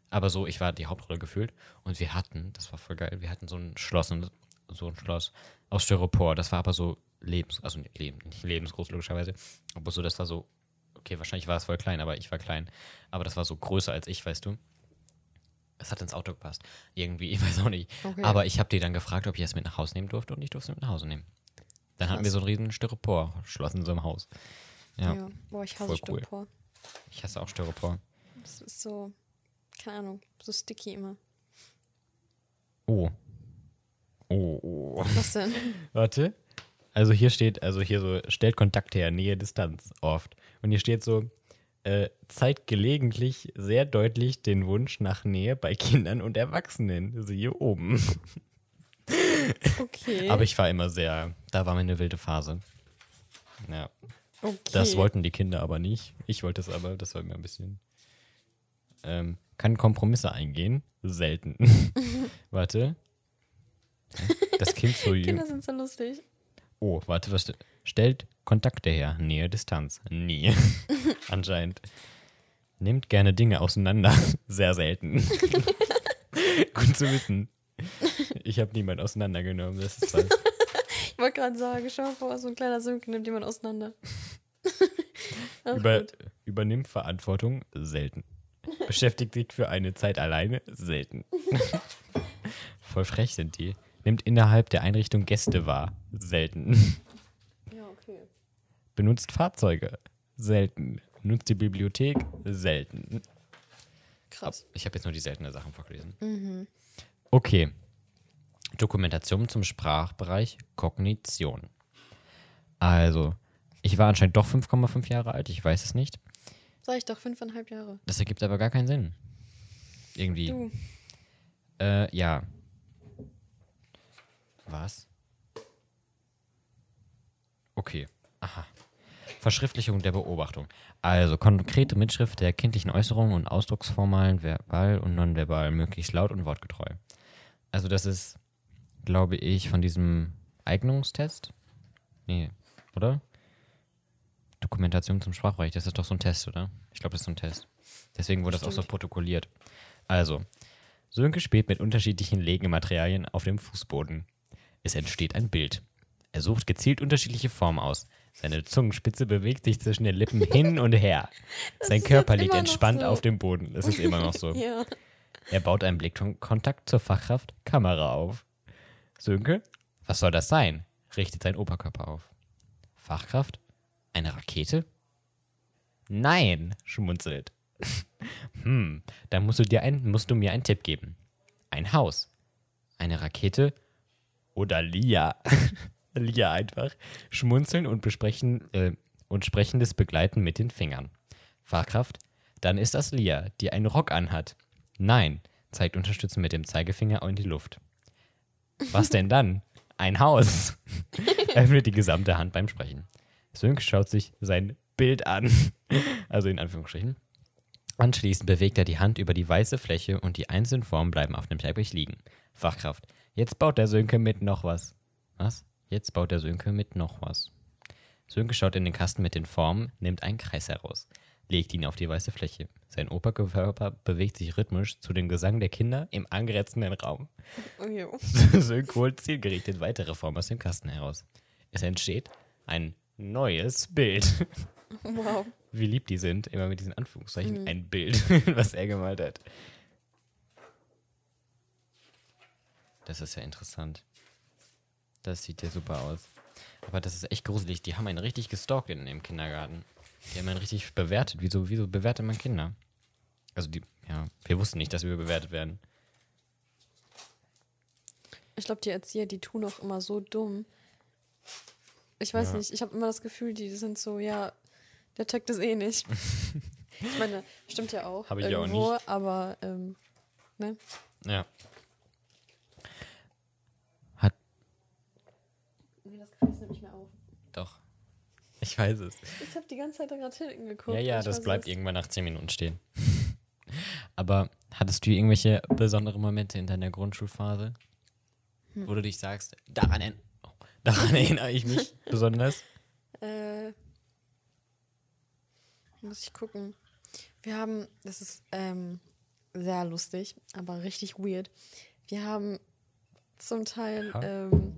Aber so, ich war die Hauptrolle gefühlt. Und wir hatten, das war voll geil, wir hatten so ein Schloss, und so ein Schloss aus Styropor. Das war aber so lebens, also nicht, leben, nicht lebensgroß logischerweise. Aber so, das war so, okay, wahrscheinlich war es voll klein, aber ich war klein. Aber das war so größer als ich, weißt du. Es hat ins Auto gepasst. Irgendwie, *laughs* ich weiß auch nicht.
Okay.
Aber ich habe die dann gefragt, ob ich es mit nach Hause nehmen durfte und ich durfte es mit nach Hause nehmen. Dann hatten wir
Krass.
so einen riesen Styropor-Schloss in so einem Haus. Ja,
ja. Boah, ich hasse
Voll cool.
Styropor.
ich hasse auch Styropor.
Das ist so, keine Ahnung, so sticky immer.
Oh. Oh, oh.
Was denn? *laughs*
Warte. Also hier steht, also hier so, stellt Kontakt her, Nähe, Distanz oft. Und hier steht so, äh, zeigt gelegentlich sehr deutlich den Wunsch nach Nähe bei *laughs* Kindern und Erwachsenen. Siehe oben.
Okay.
Aber ich war immer sehr, da war meine wilde Phase. Ja.
okay.
Das wollten die Kinder aber nicht. Ich wollte es aber, das war mir ein bisschen. Ähm, kann Kompromisse eingehen? Selten. *laughs* warte. Das Kind so jung.
Kinder sind so lustig.
Oh, warte, was. steht- Stellt Kontakte her. Nähe, Distanz. Nie. *laughs* Anscheinend. Nimmt gerne Dinge auseinander. *laughs* Sehr selten. *laughs* Gut zu wissen. Ich habe niemanden auseinandergenommen. Das ist was.
Ich wollte gerade sagen, schau mal vor, so ein kleiner Sönke nimmt jemand auseinander. Ach,
Über,
gut.
übernimmt Verantwortung selten. Beschäftigt sich für eine Zeit alleine selten. Voll frech sind die. Nimmt innerhalb der Einrichtung Gäste wahr selten. *laughs*
Ja, okay.
Benutzt Fahrzeuge selten. Nutzt die Bibliothek selten.
Krass.
Ich habe jetzt nur die seltenen Sachen vorgelesen. Okay. Dokumentation zum Sprachbereich Kognition. Also, ich war anscheinend doch 5,5 Jahre alt, ich weiß es nicht.
Sag ich doch, fünfeinhalb Jahre.
Das ergibt aber gar keinen Sinn. Irgendwie.
Du.
Äh, ja. Was? Okay. Aha. Verschriftlichung der Beobachtung. Also konkrete Mitschrift der kindlichen Äußerungen und Ausdrucksformalen, verbal und nonverbal, möglichst laut und wortgetreu. Also das ist, glaube ich, von diesem Eignungstest. Nee, oder? Dokumentation zum Sprachbereich, das ist doch so ein Test, oder? Ich glaube, das ist so ein Test. Deswegen wurde das auch so
Stimmt.
protokolliert. Also, Sönke spielt mit unterschiedlichen Legematerialien auf dem Fußboden. Es entsteht ein Bild. Er sucht gezielt unterschiedliche Formen aus. Seine Zungenspitze bewegt sich zwischen den Lippen hin und
*laughs*
her. Sein
ist
Körper
jetzt
liegt
immer noch
entspannt
so.
auf dem Boden. Das ist immer noch so.
Ja. *laughs*
Er baut einen Blickkontakt zur Fachkraft Kamera auf. Sönke? Was soll das sein? Richtet sein Oberkörper auf. Fachkraft? Eine Rakete? Nein, schmunzelt. *laughs* hm, dann musst du, dir ein, musst du mir einen Tipp geben. Ein Haus. Eine Rakete? Oder Lia? *laughs* Lia einfach. Schmunzeln und besprechen äh, und sprechendes Begleiten mit den Fingern. Fahrkraft? Dann ist das Lia, die einen Rock anhat. Nein, zeigt unterstützend mit dem Zeigefinger in die Luft. Was denn dann? Ein Haus. Öffnet die gesamte Hand beim Sprechen. Sönke schaut sich sein Bild an. Also in Anführungsstrichen. Anschließend bewegt er die Hand über die weiße Fläche und die einzelnen Formen bleiben auf dem Teppich liegen. Fachkraft. Jetzt baut der Sönke mit noch was. Was? Jetzt baut der Sönke mit noch was. Sönke schaut in den Kasten mit den Formen, nimmt einen Kreis heraus, legt ihn auf die weiße Fläche. Sein Oberkörper bewegt sich rhythmisch zu dem Gesang der Kinder im angrenzenden Raum. *laughs*
Okay.
Sönke holt zielgerichtet weitere Formen aus dem Kasten heraus. Es entsteht ein neues Bild.
Wow.
Wie lieb die sind, immer mit diesen Anführungszeichen, ein Bild, *laughs* was er gemalt hat. Das ist ja interessant. Das sieht ja super aus. Aber das ist echt gruselig. Die haben einen richtig gestalkt in dem Kindergarten. Die haben einen richtig bewertet. Wieso, wieso bewertet man Kinder? Also die, ja, wir wussten nicht, dass wir bewertet werden.
Ich glaube, die Erzieher, die tun auch immer so dumm. Ich weiß
Ja.
nicht, ich habe immer das Gefühl, die sind so, ja, der checkt es eh
*laughs*
nicht. ich meine, stimmt ja auch.
Hab ich ja auch
irgendwo, aber ähm, ne?
Ja. Hat
Nee, das Gefäß nimmt nicht mehr auf.
doch. Ich weiß es.
Ich habe die ganze Zeit da gerade hinten geguckt.
ja, ja,
Ich
das
weiß
bleibt
es.
irgendwann nach 10 Minuten stehen. *laughs* Aber hattest du irgendwelche besonderen Momente in deiner Grundschulphase,
Hm.
wo du dich sagst, daran, erinn- oh, daran erinnere
*laughs*
ich mich besonders?
Äh, muss ich gucken. Wir haben, das ist ähm, sehr lustig, aber richtig weird. Wir haben zum Teil,
Ja.
ähm,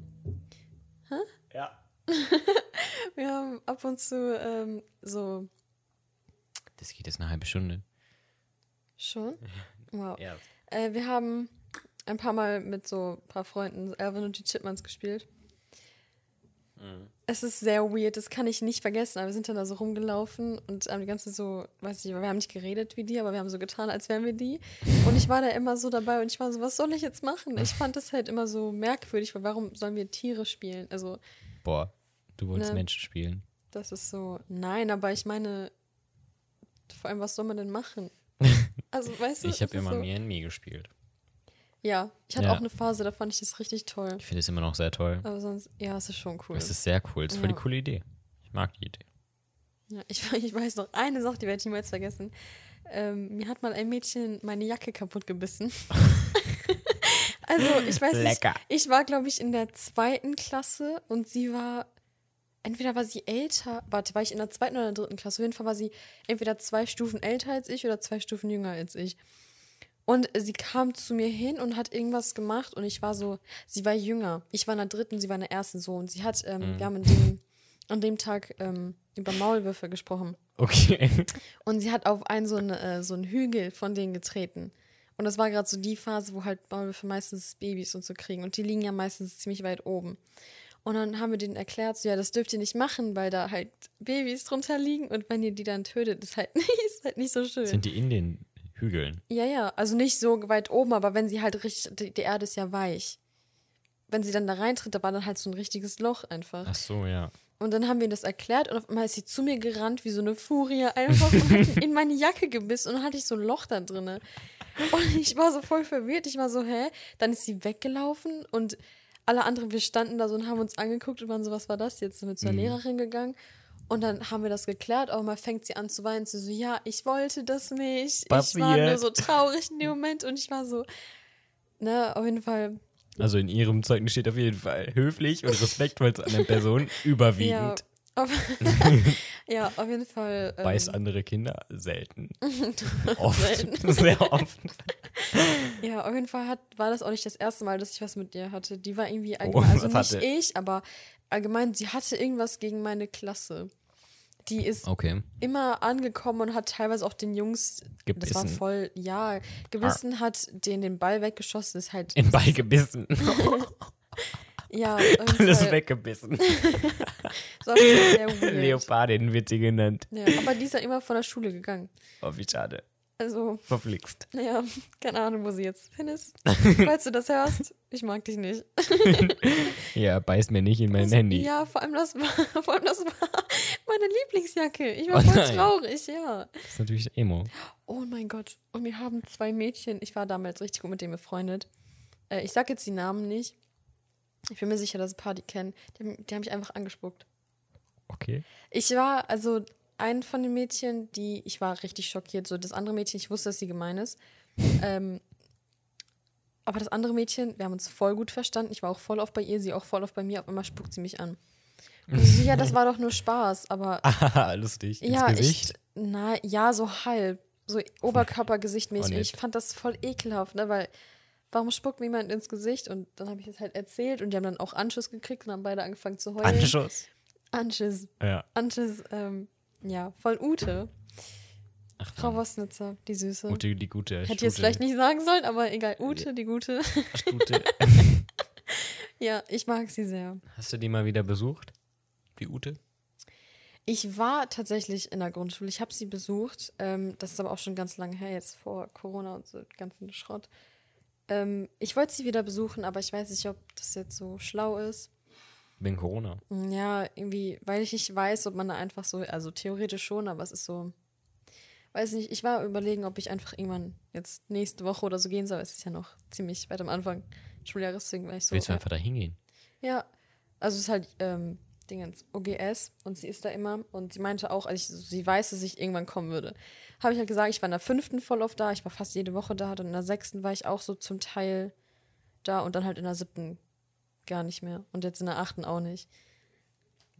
Ja.
*laughs* wir haben ab und zu ähm, so
Das geht jetzt eine halbe Stunde.
schon. Wow.
Ja.
Äh, wir haben ein paar Mal mit so ein paar Freunden Alvin und die Chipmans gespielt.
Mhm.
Es ist sehr weird, das kann ich nicht vergessen, aber wir sind dann da so rumgelaufen und haben die ganze so, weiß ich, wir haben nicht geredet wie die, aber wir haben so getan, als wären wir die. Und ich war da immer so dabei und ich war so, was soll ich jetzt machen? Ich fand das halt immer so merkwürdig, weil warum sollen wir Tiere spielen? Also,
Boah, du wolltest
Ne.
Menschen spielen.
das ist so, nein, aber ich meine, vor allem, was soll man denn
*laughs*
machen? Also, weißt du,
Ich habe
es ist
immer
so,
Me and Me gespielt.
Ja, ich hatte
Ja.
auch eine Phase, da fand ich das richtig toll.
Ich finde es immer noch sehr toll.
Aber sonst, ja, es ist schon Oh, cool.
Es ist sehr cool. Es ist voll
Ja.
die coole Idee. Ich mag die Idee.
Ja, ich, *laughs* ich weiß noch eine Sache, die werde ich niemals vergessen. Ähm, mir hat mal ein Mädchen meine Jacke kaputt gebissen. *laughs* also, ich weiß
Lecker.
nicht. Ich war, glaube ich, in der zweiten Klasse und sie war. Entweder war sie älter. Warte, war ich in der zweiten oder der dritten Klasse? Auf jeden Fall war sie entweder zwei Stufen älter als ich oder zwei Stufen jünger als ich. Und sie kam zu mir hin und hat irgendwas gemacht und ich war so, sie war jünger. Ich war in der dritten, sie war in der ersten so. Und sie hat, ähm, wir haben an dem, an dem Tag ähm, über Maulwürfe gesprochen.
Okay.
Und sie hat auf einen so, eine, äh, so einen Hügel von denen getreten. Und das war gerade so die Phase, wo halt Maulwürfe meistens Babys und so kriegen. Und die liegen ja meistens ziemlich weit oben. Und dann haben wir denen erklärt, so, ja, das dürft ihr nicht machen, weil da halt Babys drunter liegen. Und wenn ihr die dann tötet, ist halt *laughs* nicht, ist halt nicht so schön.
Sind die in den Hügeln?
Ja, ja, also nicht so weit oben, aber wenn sie halt richtig, die, die Erde ist ja weich. Wenn sie dann da reintritt, da war dann halt so ein richtiges Loch einfach.
Ach so, ja.
Und dann haben wir ihr das erklärt und auf einmal ist sie zu mir gerannt, wie so eine Furie, einfach und hat in meine Jacke gebissen und dann hatte ich so ein Loch da drinne. Und ich war so voll verwirrt, ich war so, hä? Dann ist sie weggelaufen und alle anderen, wir standen da so und haben uns angeguckt und waren so, was war das jetzt? Sind wir zur Lehrerin gegangen und dann haben wir das geklärt, auch mal fängt sie an zu weinen, sie so, ja, ich wollte das nicht. Ich war nur
Passiert.
so traurig in dem Moment und ich war so, ne, auf jeden Fall
Also in ihrem Zeugnis steht auf jeden Fall höflich und respektvoll zu anderen
*laughs*
Personen
ja,
überwiegend.
auf, *laughs* ja, auf jeden Fall. ähm,
Beißt andere Kinder
*laughs*
selten. oft. *laughs* Sehr oft.
Ja, auf jeden Fall hat, war das auch nicht das erste Mal, dass ich was mit ihr hatte. Die war irgendwie
Oh,
allgemein, also
was
nicht
hatte?
ich, aber allgemein, sie hatte irgendwas gegen meine Klasse. Die ist
Okay.
immer angekommen und hat teilweise auch den Jungs, das war
Gebissen. Ah.
voll, ja, gebissen, hat den den Ball weggeschossen, ist halt,
In Ball
*laughs*
gebissen. *laughs*
ja, auf jeden
Alles
Fall,
weggebissen.
das war schon
*laughs*
sehr weird.
Leopardin wird sie genannt.
Ja, aber die ist ja immer von der Schule gegangen.
Oh, wie schade.
Also,
Verflixt.
naja, *laughs* keine Ahnung, wo sie jetzt hin
*laughs*
ist. Falls du das hörst, ich mag dich nicht.
Ja, beiß mir nicht in mein Handy.
Ja, vor allem das war, *laughs* vor allem das war meine Lieblingsjacke. Ich war
Oh
voll
nein.
traurig, ja.
Das ist natürlich Emo.
Oh mein Gott. Und wir haben zwei Mädchen, ich war damals richtig gut mit denen befreundet. Äh, ich sag jetzt die Namen nicht. Ich bin mir sicher, dass ein paar die kennen. Die, haben- die haben mich einfach angespuckt.
Okay. *laughs*
Ich war, also ein von den Mädchen, die, ich war richtig schockiert. So, das andere Mädchen, ich wusste, dass sie gemein ist. Ähm, aber das andere Mädchen, wir haben uns voll gut verstanden. Ich war auch voll oft bei ihr, sie auch voll oft bei mir. Auf einmal spuckt sie mich an. Und ich so, ja, das war doch nur Spaß, aber
Aha, lustig. Ah, Ins
ja, ich,
Gesicht.
na, ja, so halb. So Oberkörpergesichtmäßig.
Oh,
Und
nett.
ich fand das voll ekelhaft, ne? Weil, warum spuckt mir jemand ins Gesicht? Und dann habe ich das halt erzählt und die haben dann auch Anschuss gekriegt und haben beide angefangen zu heulen.
Anschuss.
Anschuss.
Ja.
Anschuss, ähm, ja, von Ute.
Ach,
Frau
Mann.
Wosnitzer, die Süße.
Ute, die gute.
Hätte ich jetzt vielleicht nicht sagen sollen, aber egal. Ute, die Gute. *laughs*
Stute.
ja, ich mag sie sehr.
*laughs* Hast du die mal wieder besucht? Die Ute?
Ich war tatsächlich in der Grundschule. Ich habe sie besucht. Ähm, das ist aber auch schon ganz lange her, jetzt vor Corona und so den ganzen Schrott. Ähm, ich wollte sie wieder besuchen, aber ich weiß nicht, ob das jetzt so schlau ist.
Wegen Corona.
Ja, irgendwie, weil ich nicht weiß, ob man da einfach so, also theoretisch schon, aber es ist so, weiß nicht, ich war überlegen, ob ich einfach irgendwann jetzt nächste Woche oder so gehen soll. Es ist ja noch ziemlich weit am Anfang des Schuljahres, deswegen war ich so.
Willst du
äh,
einfach da hingehen?
ja, also es ist halt ähm, Dingens, OGS und sie ist da immer und sie meinte auch, also ich, sie weiß, dass ich irgendwann kommen würde. Habe ich halt gesagt, ich war in der fünften voll oft da, ich war fast jede Woche da, dann in der sechsten war ich auch so zum Teil da und dann halt in der siebten gar nicht mehr und jetzt in der achten auch nicht.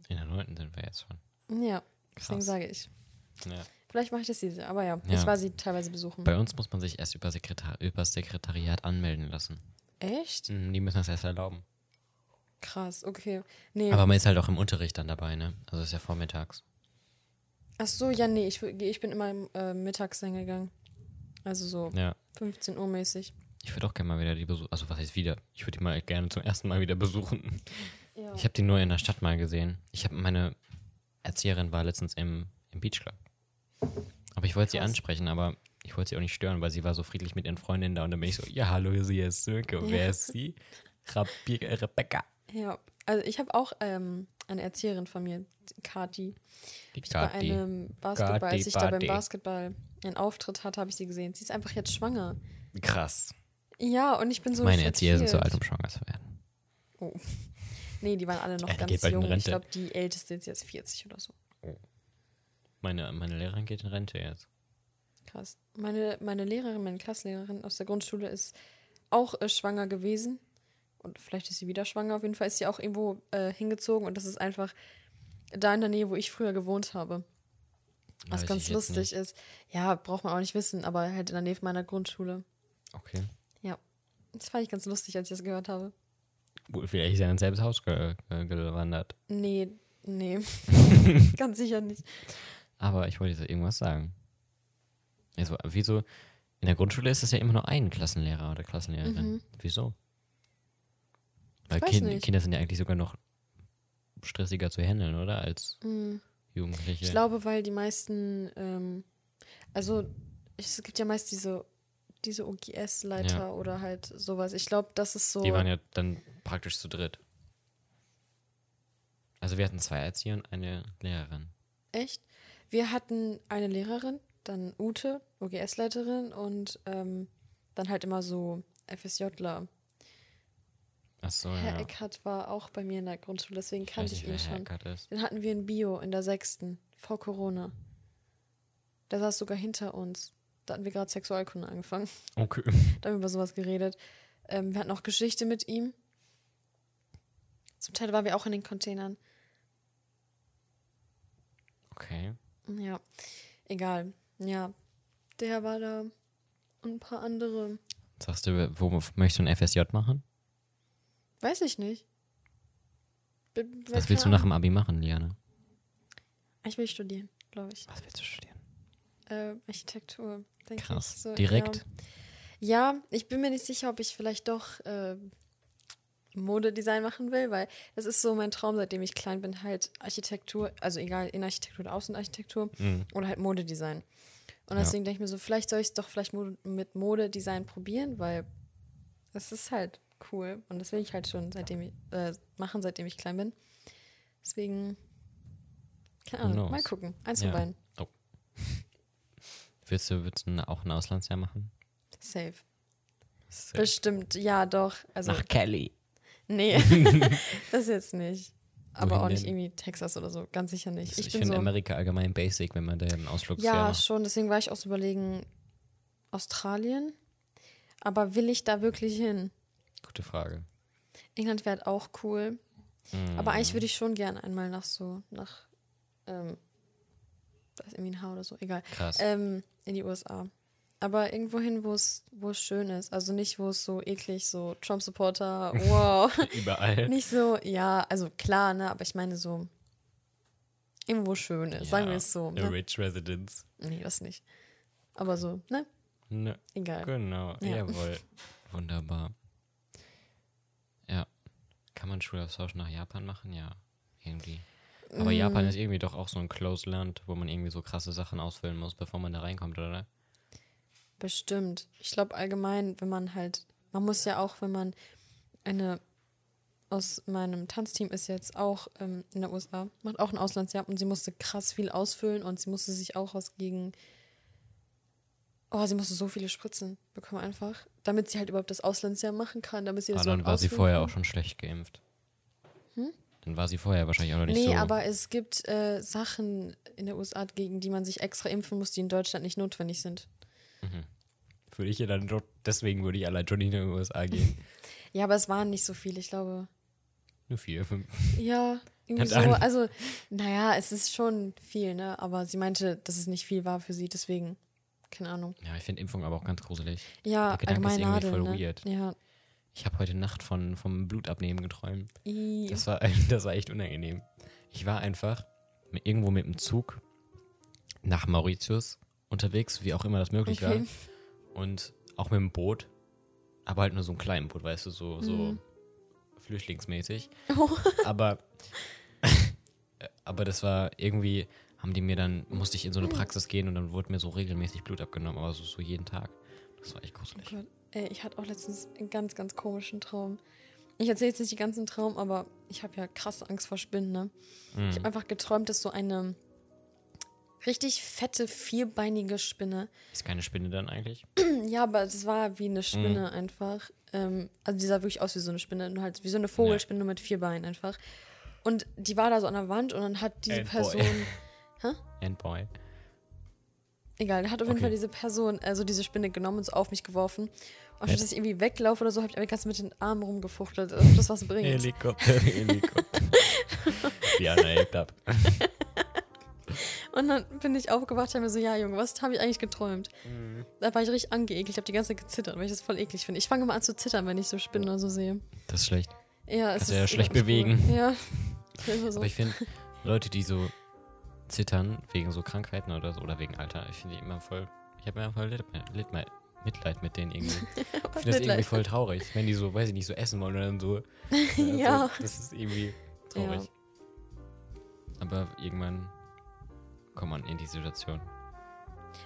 In der neunten sind wir jetzt schon.
Ja, deswegen
Krass.
sage ich.
Ja.
Vielleicht mache ich das diese, aber ja,
Ja.
ich war sie teilweise besuchen.
Bei uns muss man sich erst über, Sekretar über das Sekretariat anmelden lassen.
Echt?
Mhm, Die müssen das erst erlauben.
Krass, okay. Nee.
Aber man ist halt auch im Unterricht dann dabei, ne? Also ist ja vormittags.
Ach so, ja, nee, ich, w- ich bin immer im, äh, mittags hingegangen. Also so
Ja.
15 Uhr mäßig.
Ich würde auch gerne mal wieder die besuchen. Also was heißt wieder? Ich würde die mal gerne zum ersten Mal wieder besuchen. Ich habe die nur in der Stadt mal gesehen. Ich habe meine Erzieherin war letztens im, im Beach Club. Aber ich wollte sie
Krass.
ansprechen, aber ich wollte sie auch nicht stören, weil sie war so friedlich mit ihren Freundinnen da und dann bin ich so, ja, hallo, sie ist Silke. Und Wer
Ja.
ist sie? Rabbi Rebecca.
Ja, also ich habe auch ähm, eine Erzieherin von mir, Kati.
Die
Ich bei
Kathi.
einem Basketball, als ich da beim
Kati.
Basketball einen Auftritt hatte, habe ich sie gesehen. Sie ist einfach jetzt schwanger.
Krass.
Ja, und ich bin so
Meine Erzieher sind zu
vertieft.
alt, um schwanger zu werden.
Nee, die waren alle noch
Eine Äh,
ganz
geht bald in
jung. Ich
Rente.
glaube, die älteste ist jetzt 40 oder so.
Meine, meine Lehrerin geht in Rente jetzt.
Krass. Meine, meine Lehrerin, meine Klassenlehrerin aus der Grundschule ist auch äh, schwanger gewesen. Und vielleicht ist sie wieder schwanger. Auf jeden Fall ist sie auch irgendwo äh, hingezogen. Und das ist einfach da in der Nähe, wo ich früher gewohnt habe. Was
Weiß
ganz
ich jetzt
lustig ist. Ja, braucht man auch nicht wissen, aber halt in der Nähe von meiner Grundschule.
nicht. Okay.
Ja. Das fand ich ganz lustig, als ich das gehört habe.
Gut, vielleicht ist er ins selbes Haus ge ge gewandert.
Nee,
*laughs*
nee. ganz sicher nicht.
Aber ich wollte jetzt irgendwas sagen. Also, wieso? In der Grundschule ist es ja immer nur ein Klassenlehrer oder Klassenlehrerin. Wieso? Weil
Mhm. weiß
Kin-
nicht.
Kinder sind ja eigentlich sogar noch stressiger zu handeln, oder? Als Jugendliche.
Mhm. Ich glaube, weil die meisten, ähm, also es gibt ja meist diese, diese OGS-Leiter
Ja.
oder halt sowas. Ich glaube, das ist so.
Die waren ja dann praktisch zu dritt. Also, wir hatten zwei Erzieher und eine Lehrerin.
Echt? Wir hatten eine Lehrerin, dann Ute, OGS-Leiterin und ähm, dann halt immer so FSJler.
Achso,
Herr
Ah, ja.
Eckhardt war auch bei mir in der Grundschule, deswegen
weiß
kannte ich,
nicht, wer
ihn
Herr
schon.
Eckert ist.
Den hatten wir in Bio in der sechsten, vor Corona. Der saß sogar hinter uns. Da hatten wir gerade Sexualkunde angefangen.
Okay.
Da haben wir über sowas geredet. Ähm, wir hatten auch Geschichte mit ihm. Zum Teil waren wir auch in den Containern.
Okay.
Ja, egal. Ja, der war da und ein paar andere.
Sagst du, wo möchtest du ein FSJ machen?
Weiß ich nicht. Be-
Was
keine
willst du nach
Ahnung.
dem Abi machen, Liane?
Ich will studieren, glaube ich.
Was willst du studieren?
Äh, Architektur. denke Ich
Krass.
so,
Direkt.
Ja. ja, ich bin mir nicht sicher, ob ich vielleicht doch äh, Modedesign machen will, weil das ist so mein Traum, seitdem ich klein bin, halt Architektur, also egal, Innenarchitektur oder Außenarchitektur.
Mhm.
oder halt Modedesign. Und
Ja.
deswegen denke ich mir so, vielleicht soll ich es doch vielleicht Mode, mit Modedesign probieren, weil es ist halt cool. Und das will ich halt schon seitdem ich, äh, machen, seitdem ich klein bin. Deswegen, keine
Who
Ahnung, mal
knows?
gucken. Eins
Ja. Oh.
von beiden.
*laughs* Willst du, willst du auch ein Auslandsjahr machen?
Safe. Bestimmt, ja, doch. Also,
Nach Kelly.
nee,
*laughs*
das jetzt nicht. Aber
Wohin
auch nicht
denn? Also
irgendwie Texas oder so, ganz sicher nicht.
Ich,
Ich, bin
finde
so,
Amerika allgemein basic, wenn man da einen Ausflugsjahr
ja,
macht.
schon. Deswegen war ich auch so überlegen, Australien. Aber will ich da wirklich hin?
Gute Frage.
England wäre halt auch cool.
Mhm.
Aber eigentlich würde ich schon gern einmal nach so, nach, ähm, da ist irgendwie ein Haar oder so, egal.
Krass.
Ähm, in die USA. Aber irgendwo hin, wo es, wo es schön ist. Also nicht, wo es so eklig, so
*laughs*
Trump-Supporter, wow.
Überall.
nicht so, ja, also klar, ne, aber ich meine so, irgendwo schön ist, sagen wir
Ja,
es so.
The
Ne?
Rich Residence.
Nee, das nicht. Aber so, ne,
Ne,
egal.
genau,
Ja. *laughs*
jawohl. Wunderbar. Ja. Kann man Schulaustausch nach Japan machen? Ja, irgendwie. Aber
Mm.
Japan ist irgendwie doch auch so ein close Land, wo man irgendwie so krasse Sachen ausfüllen muss, bevor man da reinkommt, oder?
Bestimmt. Ich glaube allgemein, wenn man halt, man muss ja auch, wenn man eine aus meinem Tanzteam ist jetzt auch ähm, in der USA, macht auch ein Auslandsjahr und sie musste krass viel ausfüllen und sie musste sich auch was gegen, oh, sie musste so viele Spritzen bekommen einfach, damit sie halt überhaupt das Auslandsjahr machen kann, damit sie das
Ah, dann
überhaupt
war sie
ausfüllen
vorher
kann. Hm?
auch schon schlecht geimpft. Dann war sie vorher wahrscheinlich auch noch nicht
Nee,
so.
aber es gibt äh, Sachen in der USA, gegen die man sich extra impfen muss, die in Deutschland nicht notwendig sind.
Würde ich ja dann doch, deswegen würde ich allein schon nicht in die
*laughs*
USA gehen.
Ja, aber es waren nicht so viele, ich glaube
Nur vier, fünf.
Ja, irgendwie so.
Na dann.
Also, naja, es ist schon viel, ne? Aber sie meinte, dass es nicht viel war für sie, deswegen, keine Ahnung.
Ja, ich finde Impfung aber auch ganz gruselig.
Ja,
Der Gedanke ist
allgemein
irgendwie
Nadeln,
voll
ne?
weird.
Ja.
Ich habe heute Nacht von, vom Blutabnehmen geträumt.
I,
Das war, *laughs* das war echt unangenehm. Ich war einfach mit, irgendwo mit dem Zug nach Mauritius unterwegs, wie auch immer das möglich
Okay.
war. Und auch mit dem Boot, aber halt nur so ein kleines Boot, weißt du, so, so
Mhm.
flüchtlingsmäßig.
Oh. *laughs*
Aber, aber das war irgendwie, haben die mir dann, musste ich in so eine Praxis gehen und dann wurde mir so regelmäßig Blut abgenommen, aber so, so jeden Tag. Das war echt
Oh
gruselig.
Gott. Ey, ich hatte auch letztens einen ganz, ganz komischen Traum. Ich erzähle jetzt nicht den ganzen Traum, aber ich habe ja krasse Angst vor Spinnen, ne? Ich habe
Mhm.
einfach geträumt, dass so eine richtig fette, vierbeinige Spinne.
Ist keine Spinne dann eigentlich?
Ja, aber es war wie eine Spinne einfach. Ähm, also die sah wirklich aus wie so eine Spinne, nur halt wie so eine Vogelspinne nur mit vier Beinen einfach. Und die war da so an der Wand und dann hat diese
Endboy.
Person. Hä?
Endboy.
Egal, hat auf jeden
Okay.
Fall diese Person, also diese Spinne genommen und so auf mich geworfen. Und statt dass ich irgendwie weglaufe oder so, habe ich einfach ganz mit den Armen rumgefuchtelt, ob das was bringt.
Helikopter,
*laughs*
*laughs* Helikopter. Diana hebt ab.
Und dann bin ich aufgewacht und habe mir so, ja Junge, was habe ich eigentlich geträumt?
Mhm.
Da war ich richtig angeekelt, ich habe die ganze Zeit gezittert, weil ich das voll eklig finde. Ich fange immer an zu zittern, wenn ich so Spinnen oder so sehe.
Das ist schlecht.
Ja, es
Kannst du
ist
ja schlecht
überhaupt nicht
bewegen.
Cool. Ja. *laughs* Immer so.
Aber ich finde, Leute, die so zittern wegen so Krankheiten oder so oder wegen Alter, ich finde die immer voll. Ich habe immer voll Lit Lit Mitleid mit denen irgendwie. Ich finde das irgendwie
Mitleid.
voll traurig, wenn die so, weiß ich nicht, so essen wollen oder
*laughs*
dann so. äh,
Ja.
So, das ist irgendwie traurig. Aber irgendwann kommt man in die Situation.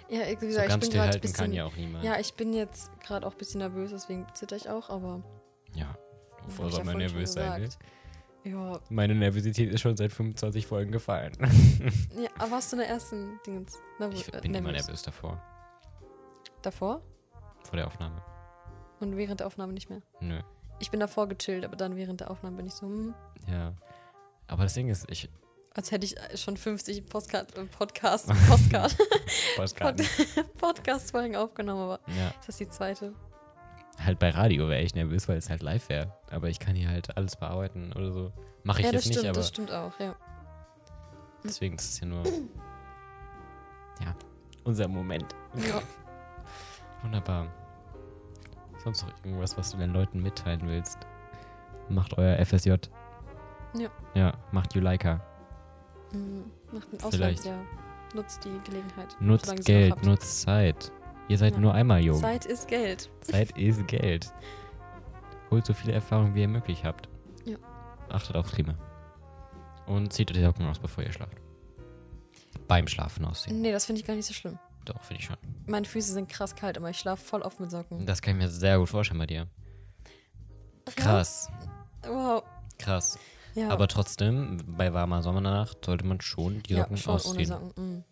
Ja, wie
So
gesagt, ich bin
ganz
gerade ein
stillhalten
bisschen.
kann ja auch ne? niemand.
ja, ich bin jetzt gerade auch ein bisschen nervös, deswegen zitter ich auch, aber
ja.
Hab
Wovor
ich
soll
ja
man
vorhin
nervös
schon
sein? Ne?
gesagt. ja,
Meine Nervosität ist schon seit 25 Folgen gefallen.
ja. Aber warst du in der ersten Dingens? Nervö
Ich
äh,
bin immer nervös davor,
Davor
vor der Aufnahme.
und während der Aufnahme nicht mehr.
Nö.
Ich bin davor gechillt, aber dann während der Aufnahme bin ich so, hm,
Ja. Aber das Ding ist, ich.
als hätte ich äh, schon 50 Podcast, äh,
*laughs*
Podcast, Podcast,
Postkarten.
*laughs* Podcast-Folgen aufgenommen, aber
Ja.
ist das die zweite?
Halt bei Radio wäre ich nervös, weil es halt live wäre. Aber ich kann hier halt alles bearbeiten oder so. Mache ich
ja, das
jetzt
stimmt,
nicht, aber
das stimmt auch, ja.
deswegen ist es ja nur. Ja. Unser Moment.
ja.
*laughs* Wunderbar. Sonst noch irgendwas, was du den Leuten mitteilen willst? Macht euer FSJ.
Ja.
Ja, macht Juleika.
Mhm. Macht ein
Vielleicht.
Auslandsjahr. Nutzt die Gelegenheit. solange
Nutzt
ihr sie noch
Geld,
habt.
nutzt Zeit. Ihr seid
Ja.
nur einmal jung.
Zeit ist Geld.
Zeit ist Geld. Holt so viele Erfahrungen, wie ihr möglich habt.
Ja.
Achtet aufs Klima. Und zieht euch die Socken aus, bevor ihr schlaft. Beim Schlafen ausziehen.
Nee, das finde ich gar nicht so schlimm.
Doch, finde ich schon.
Meine Füße sind krass kalt, aber ich schlafe voll oft mit Socken.
Das kann ich mir sehr gut vorstellen bei dir. Krass.
Wow.
Krass.
Ja,
Aber trotzdem, bei warmer Sommernacht sollte man schon die
ja,
Socken
schon
ausziehen.
ohne Socken. Mhm.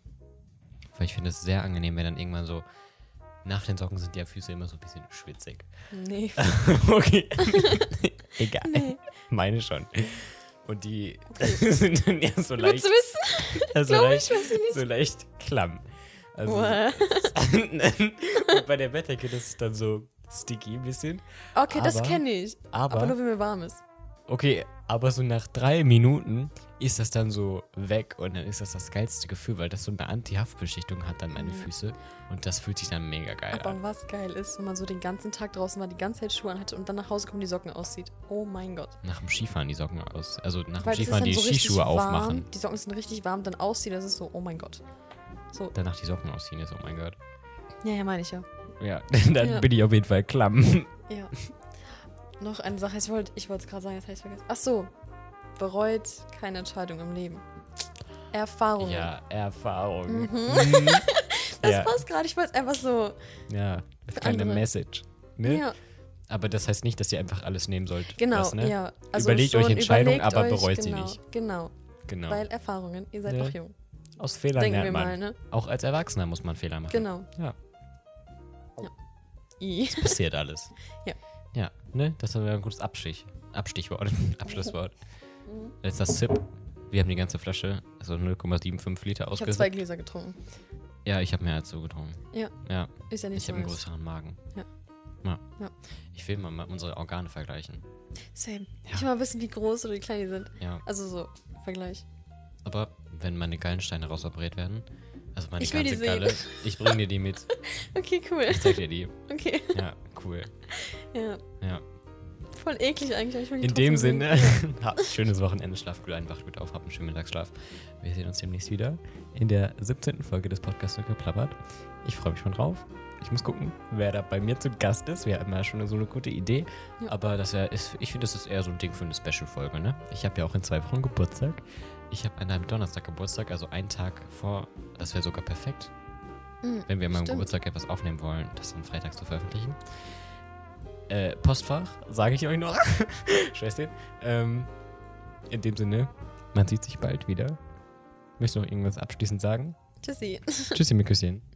Weil ich finde es sehr angenehm, wenn dann irgendwann so. Nach den Socken sind die Füße immer so ein bisschen schwitzig.
*laughs*
*laughs*
Nee.
okay. *laughs* Egal.
nee.
Meine schon. Und die *laughs* sind dann eher so leicht.
Willst du wissen?
Also
Glaub
leicht,
ich, weiß ich nicht.
so leicht klamm. Also
Wow.
und bei der Bettdecke, das ist dann so sticky ein bisschen.
Okay, das
Aber-
kenne ich.
Aber,
Aber nur, wenn mir warm ist.
okay, aber so nach drei Minuten ist das dann so weg und dann ist das das geilste Gefühl, weil das so eine Anti-Haftbeschichtung hat dann meine Füße und das fühlt sich dann mega geil
Mhm. Aber
an.
was geil ist, wenn man so den ganzen Tag draußen war, die ganze Zeit Schuhe anhatte und dann nach Hause kommt und die Socken aussieht. Oh mein Gott.
Nach dem Skifahren die Socken aus, also nach dem
Weil es ist
Skifahren
dann
die
so richtig
Skischuhe
warm,
aufmachen,
Die Socken sind richtig warm, dann aussieht, das ist so, oh mein Gott. So,
danach die Socken ausziehen ist, oh mein Gott.
ja, ja, meine ich ja.
Ja, *laughs* dann
Ja.
bin ich auf jeden Fall klamm. *laughs*
Ja. Noch eine Sache, ich wollte ich es gerade sagen, jetzt habe ich vergessen. Ach so, bereut keine Entscheidung im Leben. Erfahrung.
Ja, Erfahrung.
Oh. Mhm.
Mhm.
*laughs* Das
ja.
passt gerade, ich wollte es einfach so.
Ja, das ist keine
andere.
Message. Ne?
Ja,
Aber das heißt nicht, dass ihr einfach alles nehmen sollt.
genau.
Was, ne?
ja.
Überlegt euch
schon
Entscheidung,
überlegt
aber
euch,
bereut sie
genau,
nicht.
Genau,
Genau.
weil Erfahrungen, ihr seid
Ja.
noch jung.
Aus Fehlern
denken wir
lernt man.
mal, ne?
Auch als Erwachsener muss man Fehler machen.
Genau.
Ja,
I.
passiert alles.
*laughs* Ja.
Ja, ne? Das war ein gutes Abstich. Abstichwort. *laughs* Abschlusswort.
Mhm.
Letzter Sip. Wir haben die ganze Flasche, also 0,75 Liter
Ich habe zwei
ausgesippt.
Gläser getrunken.
Ja, ich habe mehr als so getrunken.
Ja,
Ja,
ist ja
ich
nicht
habe einen
so.
größeren Magen.
Ja.
ja.
Ja.
Ich will mal mal unsere Organe vergleichen.
Same.
Ja.
Ich will mal wissen, wie groß oder wie klein die sind.
Ja.
Also so, im Vergleich.
Aber wenn meine Gallensteine rausoperiert werden, also meine
Ich will
ganze
die sehen.
Galle, ich bringe dir die mit.
Okay, *laughs* cool.
Ich zeig dir die.
Okay.
Ja, cool.
Ja.
Ja.
voll eklig eigentlich. aber Ich will die
In dem
trotzdem
Sinne,
sehen.
*laughs* habt ein schönes Wochenende, schlaft gut ein, wacht gut auf, habt einen schönen Mittagsschlaf. Wir sehen uns demnächst wieder in der 17. Folge des Podcasts Geplappert. Ich freue mich schon drauf. Ich muss gucken, wer da bei mir zu Gast ist. Wir hatten ja schon so eine gute Idee.
Ja.
Aber das wär, ist, ich finde, das ist eher so ein Ding für eine Special-Folge. Ne? Ich habe ja auch in zwei Wochen Geburtstag. Ich habe an einem Donnerstag Geburtstag, also einen Tag vor. Das wäre sogar perfekt,
Mhm,
wenn wir an meinem
stimmt.
Geburtstag etwas aufnehmen wollen, das dann freitags zu veröffentlichen. Äh, Postfach, sage ich euch noch. *laughs* Schwester. Ähm, in dem Sinne,
*laughs*
man sieht sich bald wieder. Möchtest du noch irgendwas abschließend sagen?
Tschüssi.
Tschüssi, mit Küsschen.